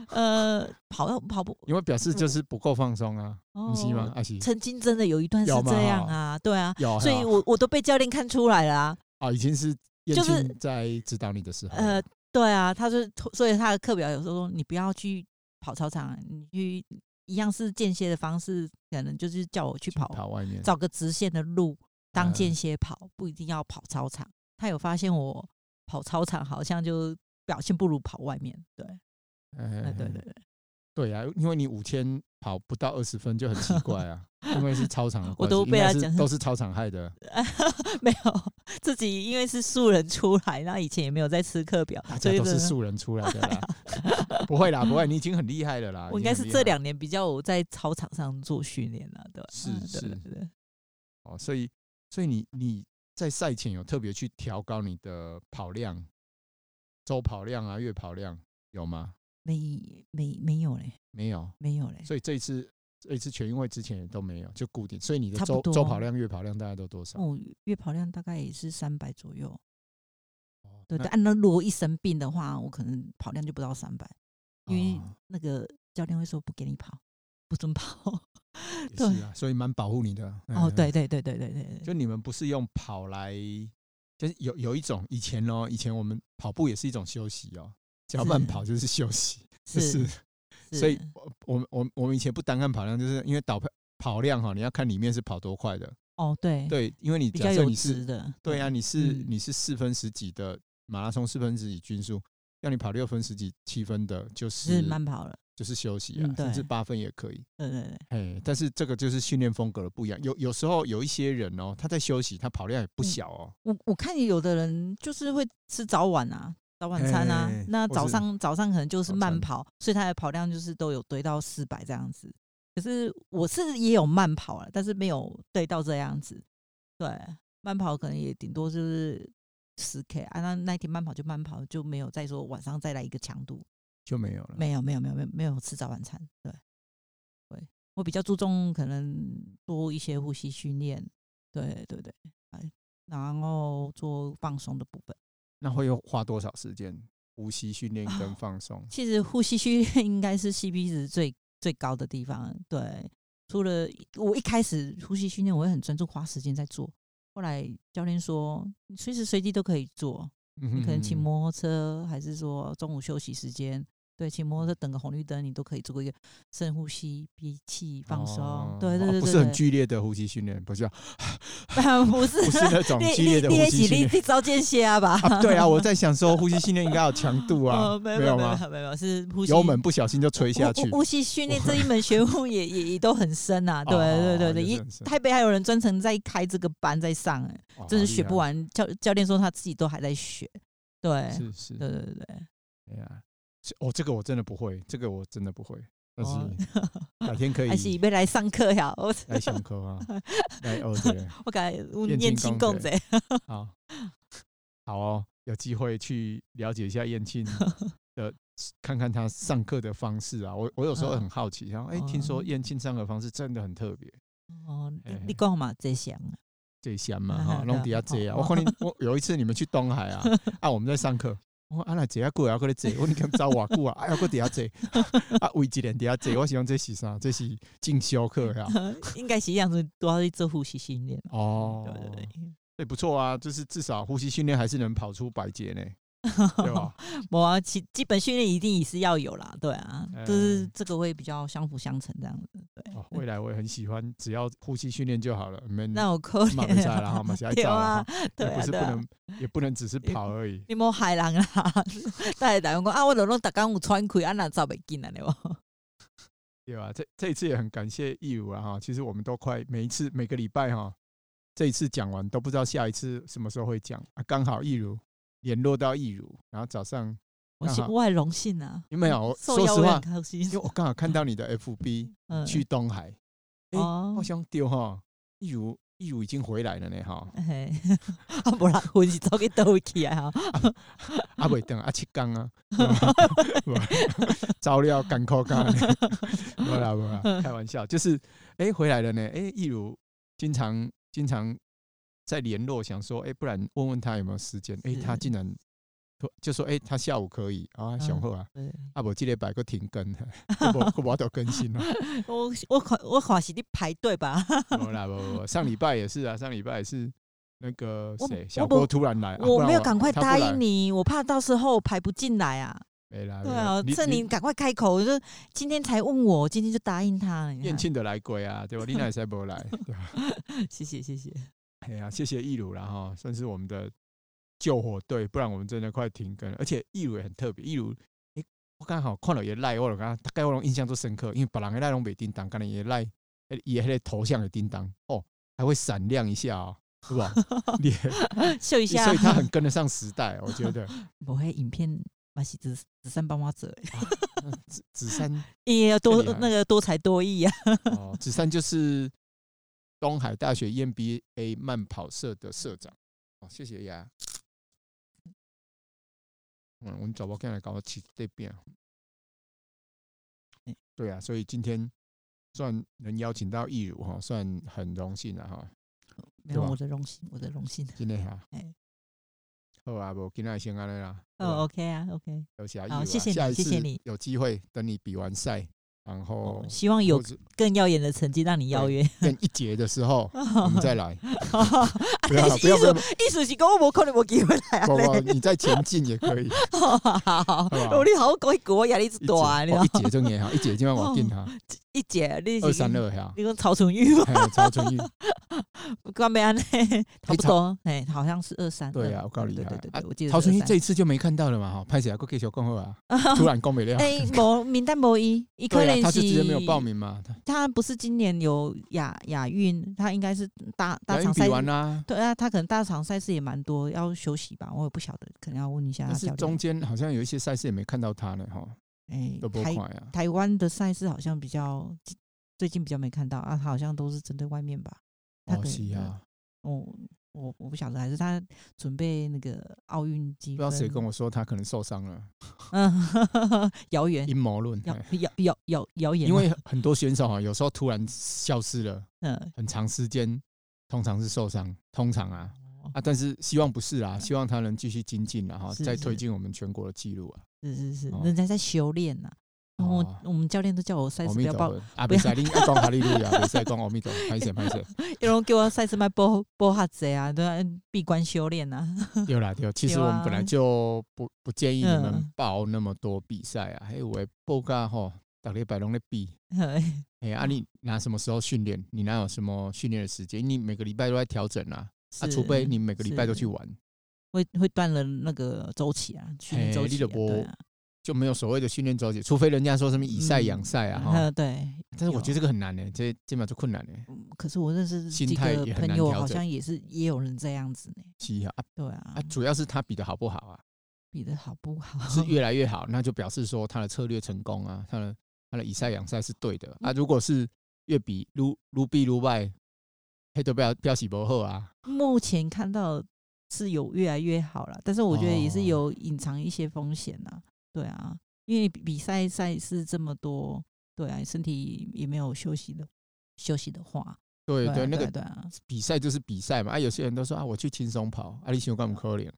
S3: 呃，跑到跑步，
S2: 因为表示就是不够放松啊，你是吗？
S3: 哦
S2: 阿西
S3: 曾经真的有一段是
S2: 有嘛
S3: 这样
S2: 哈哦
S3: 啊，对啊，
S2: 有，
S3: 所以
S2: 有
S3: 我我都被教练看出来了啊。
S2: 啊，已经是燕
S3: 就是
S2: 青在指导你的时候了，
S3: 呃，对啊，他是所以他的课表有时候说你不要去跑操场，你去一样是间歇的方式，可能就是叫我去跑，
S2: 跑外面
S3: 找个直线的路当
S2: 嗯
S3: 间歇跑，不一定要跑操场。他有发现我跑操场好像就表现不如跑外面，对，
S2: 哎
S3: 哎对对 对，
S2: 对啊，因为你五千跑不到二十分就很奇怪 啊，因为是操场的关系，
S3: 我都
S2: 应
S3: 被
S2: 该
S3: 他
S2: 是
S3: 讲
S2: 都是操场害的，
S3: 没有自己因为是素人出来，那以前也没有在吃课表
S2: 大，
S3: 所
S2: 家
S3: 以
S2: 都
S3: 真
S2: 是
S3: 的
S2: 素人出来的啦， 不会啦，不会，你已经很厉害了啦，
S3: 哎我
S2: 已经
S3: 应该
S2: 很
S3: 是
S2: 厉
S3: 这
S2: 害
S3: 两年比较有在操场上做训练了，对吧，
S2: 是
S3: 嗯对
S2: 是
S3: 对对。
S2: 哦，所以所以你你在赛前有特别去调高你的跑量，周跑量啊、月跑量有吗？
S3: 没没没有嘞，
S2: 没有，
S3: 没有嘞，
S2: 所以这一次这一次全运会之前也都没有，就固定。所以你的
S3: 差不
S2: 周
S3: 多
S2: 周跑量、月跑量大概都多少？
S3: 哦，月跑量大概也是三百左右。
S2: 哦
S3: 对
S2: 那
S3: 对，按照如果一生病的话，我可能跑量就不到三百， 因为
S2: 哦
S3: 那个教练会说不给你跑，不准跑。
S2: 也
S3: 对
S2: 是啊，所以蛮保护你的。
S3: 哦，
S2: 嗯
S3: 对，对对对对对对，
S2: 就你们不是用跑来，就是有有一种以前哦，以前我们跑步也是一种休息哦，只要慢
S3: 是，
S2: 跑就是休息，就是 所以
S3: 是
S2: 我我们我们我们以前不单看跑量，就是因为导跑跑量哈，你要看里面是跑多快的。
S3: 哦，对，
S2: 对，因为你
S3: 比较
S2: 假设
S3: 有
S2: 你
S3: 值
S2: 是
S3: 的，
S2: 对啊，你是
S3: 嗯
S2: 你是四分十几的马拉松四分十几均速，要你跑六分十几七分的，就是是
S3: 慢跑了，
S2: 就是休息
S3: 嗯
S2: 啊，
S3: 对
S2: 甚至八分也可以。
S3: 对对对，
S2: 哎，但是这个就是训练风格的不一样。有有时候有一些人哦，他在休息，他跑量也不
S3: 嗯
S2: 小哦。
S3: 我我看有的人就是会吃早晚啊，早晚餐啊
S2: 哎，
S3: 那
S2: 或
S3: 早
S2: 是
S3: 上早上可能就是
S2: 早
S3: 慢
S2: 餐
S3: 跑，所以他的跑量就是都有堆到四百这样子。可是我是也有慢跑啊了，但是没有堆到这样子。对，慢跑可能也顶多就是十 K 啊，那那一天慢跑就慢跑，就没有再说晚上再来一个强度。
S2: 就没有了。
S3: 没有没有没有没有没有吃早晚餐，对，对我比较注重可能多一些呼吸训练，对对对，哎，然后做放松的部分。
S2: 那会要花多少时间？呼吸训练
S3: 啊
S2: 跟放松，
S3: 其实呼吸训练应该是 CP 值最最高的地方，对。除了我一开始呼吸训练，我会很专注，花时间在做。后来教练说，你随时随地都可以做，
S2: 你
S3: 你可能骑
S2: 摸
S3: 摩托车，还是说中午休息时间，对，骑摩托车等个红绿灯，你都可以做一个深呼吸、憋气、放松。
S2: 哦
S3: 对对
S2: 哦
S3: 对对
S2: 不是很剧烈的呼吸训练，不是啊，
S3: 不是
S2: 不是那种
S3: 练
S2: 剧烈
S3: 练
S2: 的呼
S3: 练
S2: 吸
S3: 习
S2: 训
S3: 练
S2: 练。
S3: 第招间歇啊吧？
S2: 啊，对啊，我在想说呼吸训练应该有强度 啊，
S3: 呃没有
S2: 有
S3: 没
S2: 吗？
S3: 有没有是呼吸
S2: 油门不小心就吹
S3: 呼
S2: 下去哦
S3: 呼，呼吸训练这一门学问也也也都很深啊，对对对对，
S2: 也
S3: 一
S2: 是很深
S3: 台北还有人专程在开这个班在上，哎，
S2: 哦
S3: 真是
S2: 好厉
S3: 学不
S2: 害
S3: 完。教教练说他自己都还在学，对
S2: 是是，
S3: 对对对对，
S2: 哎呀，这哦，这个我真的不会，这个我真的不会，但
S3: 哦
S2: 是 改天可以
S3: 还是要来上课呀？我
S2: 来上课 啊，来哦对，
S3: 我感觉我
S2: 练
S3: 念
S2: 轻
S3: 轻
S2: 功
S3: 功
S2: 的
S3: 者，
S2: 好，好哦，有机会去了解一下燕 庆的，看看他上课的方式啊。我我有时候
S3: 嗯
S2: 很好奇，然后哎，听说
S3: 哦
S2: 燕庆上课方式真的很特别，
S3: 哦，你
S2: 哎
S3: 你讲嘛，这啊项
S2: 这香嘛
S3: 啊
S2: 哈，
S3: 对
S2: 弄 底下
S3: 啊
S2: 这啊。
S3: 好
S2: 我可能我有一次你们去东海啊，啊我们在上课。我啊那这下过来，搁咧坐，我你讲走偌久啊？啊，还搁底下坐， 啊，位置连底下坐，我想这是啥？这是进修课 呀。
S3: 应该是一样子，都要去做呼吸训练嘛。
S2: 哦，
S3: 对对
S2: 对，不错啊，就是至少呼吸训练还是能跑出百节呢，对哦
S3: 对，
S2: 吧？
S3: 我啊，基基本训练一定也是要有啦，对啊，就是
S2: 嗯
S3: 这个会比较相辅相成这样子。
S2: 哦，未来我也很喜欢，只要呼吸训练就好了，没
S3: 那我可啊
S2: 马
S3: 怜
S2: 没赛了哈，马赛
S3: 对
S2: 照了
S3: 啊
S2: 哈，
S3: 对
S2: 也不
S3: 啊
S2: 是不
S3: 对啊
S2: 能，也不能只是跑而已。
S3: 你莫害人啦！但系 大人讲啊，我就拢逐工有喘气，啊那走袂紧啊，对 无？
S2: 对吧？这这一次也很感谢义务啊哈，其实我们都快每一次每个礼拜哈，这一次讲完都不知道下一次什么时候会讲啊，刚好义如联络到义如，然后早上
S3: 我
S2: 啊
S3: 是
S2: 哈
S3: 我很荣幸啊，
S2: 因为哦，
S3: 受
S2: 说
S3: 邀
S2: 实
S3: 我也
S2: 话
S3: 很，开心
S2: 因为我刚好看到你 的 FB
S3: 嗯
S2: 去东海，诶
S3: 哦
S2: 我，想丢哈，义如义如已经回来了呢哈，
S3: 嘿， 啊无啦，魂是走去倒去啊，
S2: 啊袂 等啊七天啊， 无啦走了艰苦干，无啦无啦， 开玩笑，就是诶回来了呢，诶，一如经常经常在联络，想说诶，不然问问他有没有时间，诶，
S3: 是嗯
S2: 他竟然突就说诶，他下午可以啊，雄厚啊，
S3: 对，
S2: 啊无这礼拜个停更， 我我都更 新了，哦
S3: 我我看我看是你排队吧，
S2: 无啦无无，上礼拜也是啊，上礼拜也是。那个
S3: 我
S2: 谁，
S3: 我
S2: 小
S3: 不
S2: 郭突然 来，啊不
S3: 我
S2: 然
S3: 没有赶快
S2: 他不
S3: 答
S2: 来
S3: 应你，我怕到时候排不进来啊。
S2: 没啦，
S3: 对
S2: 没啦
S3: 啊，趁你赶快开口，就 今天才问我，今天就答应他 了。你
S2: 燕
S3: 看，
S2: 庆的来过啊，对吧？你那也才不来，对吧？
S3: 谢谢谢谢，
S2: 哎呀，谢谢易鲁啦哈，算是我们的救火队，不然我们真的快停更了。而且易鲁也很特别，易鲁，哎、我刚好看了也赖，我就刚大概我拢印象都深刻，因为别人的赖拢袂叮当，刚才也赖，也那个头像的叮当哦，还会闪亮一下哦，是 吧？ 你
S3: 秀一下
S2: 所以。他很跟得上时代，我觉得。
S3: 我会影片嘛是只只剩帮我者，
S2: 子子珊
S3: 也要多
S2: 这里啊
S3: 那个多才多艺啊。
S2: 哦，子珊就是东海大学 EMBA 慢跑社的社长。哦，谢谢呀。嗯，我们找不进来搞起这边啊
S3: 嗯。
S2: 对啊，所以今天算能邀请到易如哈，算很荣幸了哈。
S3: 没
S2: 对
S3: 有
S2: 吧
S3: 我的荣幸，我的荣幸。
S2: 今天哈
S3: 哎，
S2: 好啊，无今天先安尼啦。
S3: 哦，OK 啊，OK。
S2: 有谢易
S3: 好
S2: 如啊
S3: 谢谢你
S2: 下一
S3: 谢谢
S2: 次
S3: 你
S2: 有机会等你比完赛，然后
S3: 哦希望有
S2: 或者
S3: 更耀眼的成绩让你邀约。
S2: 等一节的时候我们再
S3: 哦
S2: 来。不要
S3: 意
S2: 了，不要不
S3: 思
S2: 要。
S3: 意思是讲我无可能无机会 来啊
S2: 不不，你在前进也 可以。
S3: 好好好，
S2: 好
S3: 我你好讲一句，我压力
S2: 一
S3: 之
S2: 姐
S3: 啊大，你
S2: 哦
S3: 知道
S2: 一姐真 也好，一姐今晚我定他
S3: 一姐你
S2: 二三
S3: 是
S2: 二 呀，
S3: 你讲曹纯玉吗？
S2: 还有超春玉，
S3: 关咩安尼？差不多，哎，好像是二三。
S2: 对啊
S3: 二
S2: 我告诉你
S3: 对
S2: 啊
S3: 对对
S2: 啊
S3: 对，我记得是
S2: 超春玉
S3: 23
S2: 这一次就没看到了嘛哈，拍起来过给小光后啊， 突然光没了。
S3: 哎，无名单无伊，伊可
S2: 对
S3: 能
S2: 啊，
S3: 是
S2: 他就直接没有报名嘛，
S3: 他不是今年有亚亚运，他应该是大大
S2: 他已经
S3: 场赛
S2: 哎比。完啦。
S3: 对啊，他可能大场赛事也蛮多，要休息吧，我也不晓得，可能要问一下
S2: 但是
S3: 啊教
S2: 中
S3: 练。
S2: 间好像有一些赛事也没看到他呢哈，
S3: 哎
S2: 都，不快啊
S3: 台
S2: 呀。
S3: 台湾的赛事好像比较最近比较没看到啊，他好像都是针对外面吧。他
S2: 哦，
S3: 可
S2: 是
S3: 能
S2: 啊，
S3: 我哦我我不晓得，还是他准备那个奥运积
S2: 不
S3: 分？
S2: 知道谁跟我说他可能受伤了，
S3: 嗯， 谣言，
S2: 阴谋论。
S3: 谣
S2: 哎
S3: 谣谣谣谣言
S2: 因
S3: 吗，
S2: 为很多选手啊，有时候突然消失了，
S3: 嗯，
S2: 很长时间，通常是受伤，通常啊，
S3: 哦嗯
S2: 啊，但是希望不是啦，希望他能继续精进啦，然后
S3: 是
S2: 再
S3: 是
S2: 推进我们全国的记录啊。
S3: 是是是
S2: 哦，
S3: 人家在修炼呐，我
S2: 哦
S3: 我们教练都叫我赛
S2: 阿
S3: 斯不
S2: 弥
S3: 要
S2: 陀
S3: 报，
S2: 佛，啊，别使你 爱讲哈利路亚，别使讲阿弥陀佛，拍摄拍摄，
S3: 有人给我赛斯卖播播哈贼啊，对啊，闭关修炼啊。
S2: 有啦有。其实
S3: 对
S2: 我
S3: 啊
S2: 们本来就不不建议你们
S3: 嗯
S2: 报那么多比赛啊，还有诶报价吼，大礼拜拢在比。哎、啊，
S3: 哦
S2: 你拿什么时候训练？你哪有什么训练的时间？你每个礼拜都在调整啊，啊，
S3: 是
S2: 除非你每个礼拜都去
S3: 是
S2: 玩，
S3: 会会断了那个周期啊，训练
S2: 嘿
S3: 周
S2: 哎你
S3: 期、
S2: 就
S3: 啊，
S2: 没
S3: 对啊，
S2: 就没有所谓的训练周期。除非人家说什么以赛养赛 啊，哈、
S3: 呃对。
S2: 但是我觉得
S3: 有
S2: 这个很难呢、这这本就困难呢、欸
S3: 嗯可是我认识
S2: 心
S3: 几
S2: 态
S3: 个
S2: 也很
S3: 朋
S2: 难
S3: 友，
S2: 调
S3: 好
S2: 整
S3: 像也是也有人这样子呢。
S2: 是啊，啊
S3: 对啊，
S2: 啊，主要是他比的好不好 啊？
S3: 比的好 不好？
S2: 是越来越好，那就表示说他的策略成功啊，他的他的以赛养赛是对的
S3: 嗯
S2: 啊。如果是越比撸撸比撸败，黑都不要不要洗不后啊。
S3: 目前看到是有越来越好了，但是我觉得也
S2: 哦
S3: 是有隐藏一些风险呐、对啊，因为比比赛赛事这么多，对啊，身体也没有休息的休息的话，
S2: 对
S3: 啊
S2: 对，那个
S3: 对啊对啊，
S2: 比赛就是比赛嘛。啊，有些人都说啊，我去轻松跑，啊，你喜欢干嘛可
S3: 嗯
S2: 怜？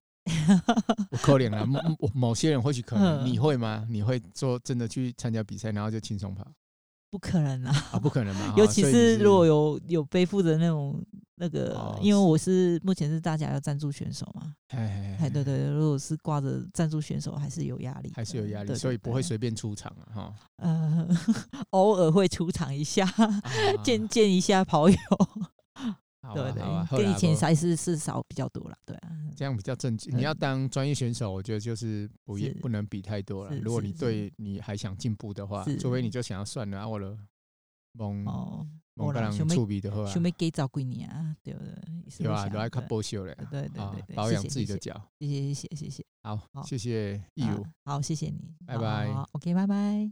S2: 我可怜啊，某某某些人或许可能，
S3: 嗯
S2: 你会吗？你会说真的去参加比赛，然后就轻松跑
S3: 不可能啊！
S2: 啊？不可 能嘛！哈
S3: 尤其
S2: 所以
S3: 是
S2: 你
S3: 如果有有背负着那种那个，
S2: 哦
S3: 因为我是目前是大家要赞助选手嘛，
S2: 哎
S3: 哎对，对，对如果是挂着赞助选手，还是有压力的，
S2: 还是有压力，
S3: 对
S2: 所以不会。
S3: 对对
S2: 随便出场啊哈。
S3: 呃， 偶尔会出场一下，
S2: 啊
S3: 见见一下 跑友，
S2: 好啊
S3: 对
S2: 好啊好
S3: 对，跟
S2: 啦
S3: 以前
S2: 不
S3: 赛事是少比较多了，对啊，
S2: 这样比较正经。
S3: 嗯
S2: 你要当专业选手，我觉得就是不也
S3: 是
S2: 不能比太多了。
S3: 是
S2: 如果
S3: 是
S2: 你对你还想进步的话，
S3: 是
S2: 除非你就想要算了啊，我了蒙
S3: 哦，
S2: 蒙个
S3: 没啦
S2: 人
S3: 想要
S2: 触笔的话，
S3: 想要给找归你啊，对不对？是
S2: 有
S3: 不
S2: 啊，
S3: 想
S2: 都爱看
S3: 对
S2: 波秀嘞，
S3: 对对
S2: 啊
S3: 对对
S2: 保
S3: 谢
S2: 养
S3: 谢
S2: 自己的
S3: 谢谢
S2: 脚。
S3: 谢谢谢谢谢谢，
S2: 好，
S3: 好
S2: 谢谢义
S3: 啊
S2: 如。
S3: 好，谢谢你，
S2: 拜拜
S3: 好，OK，拜拜。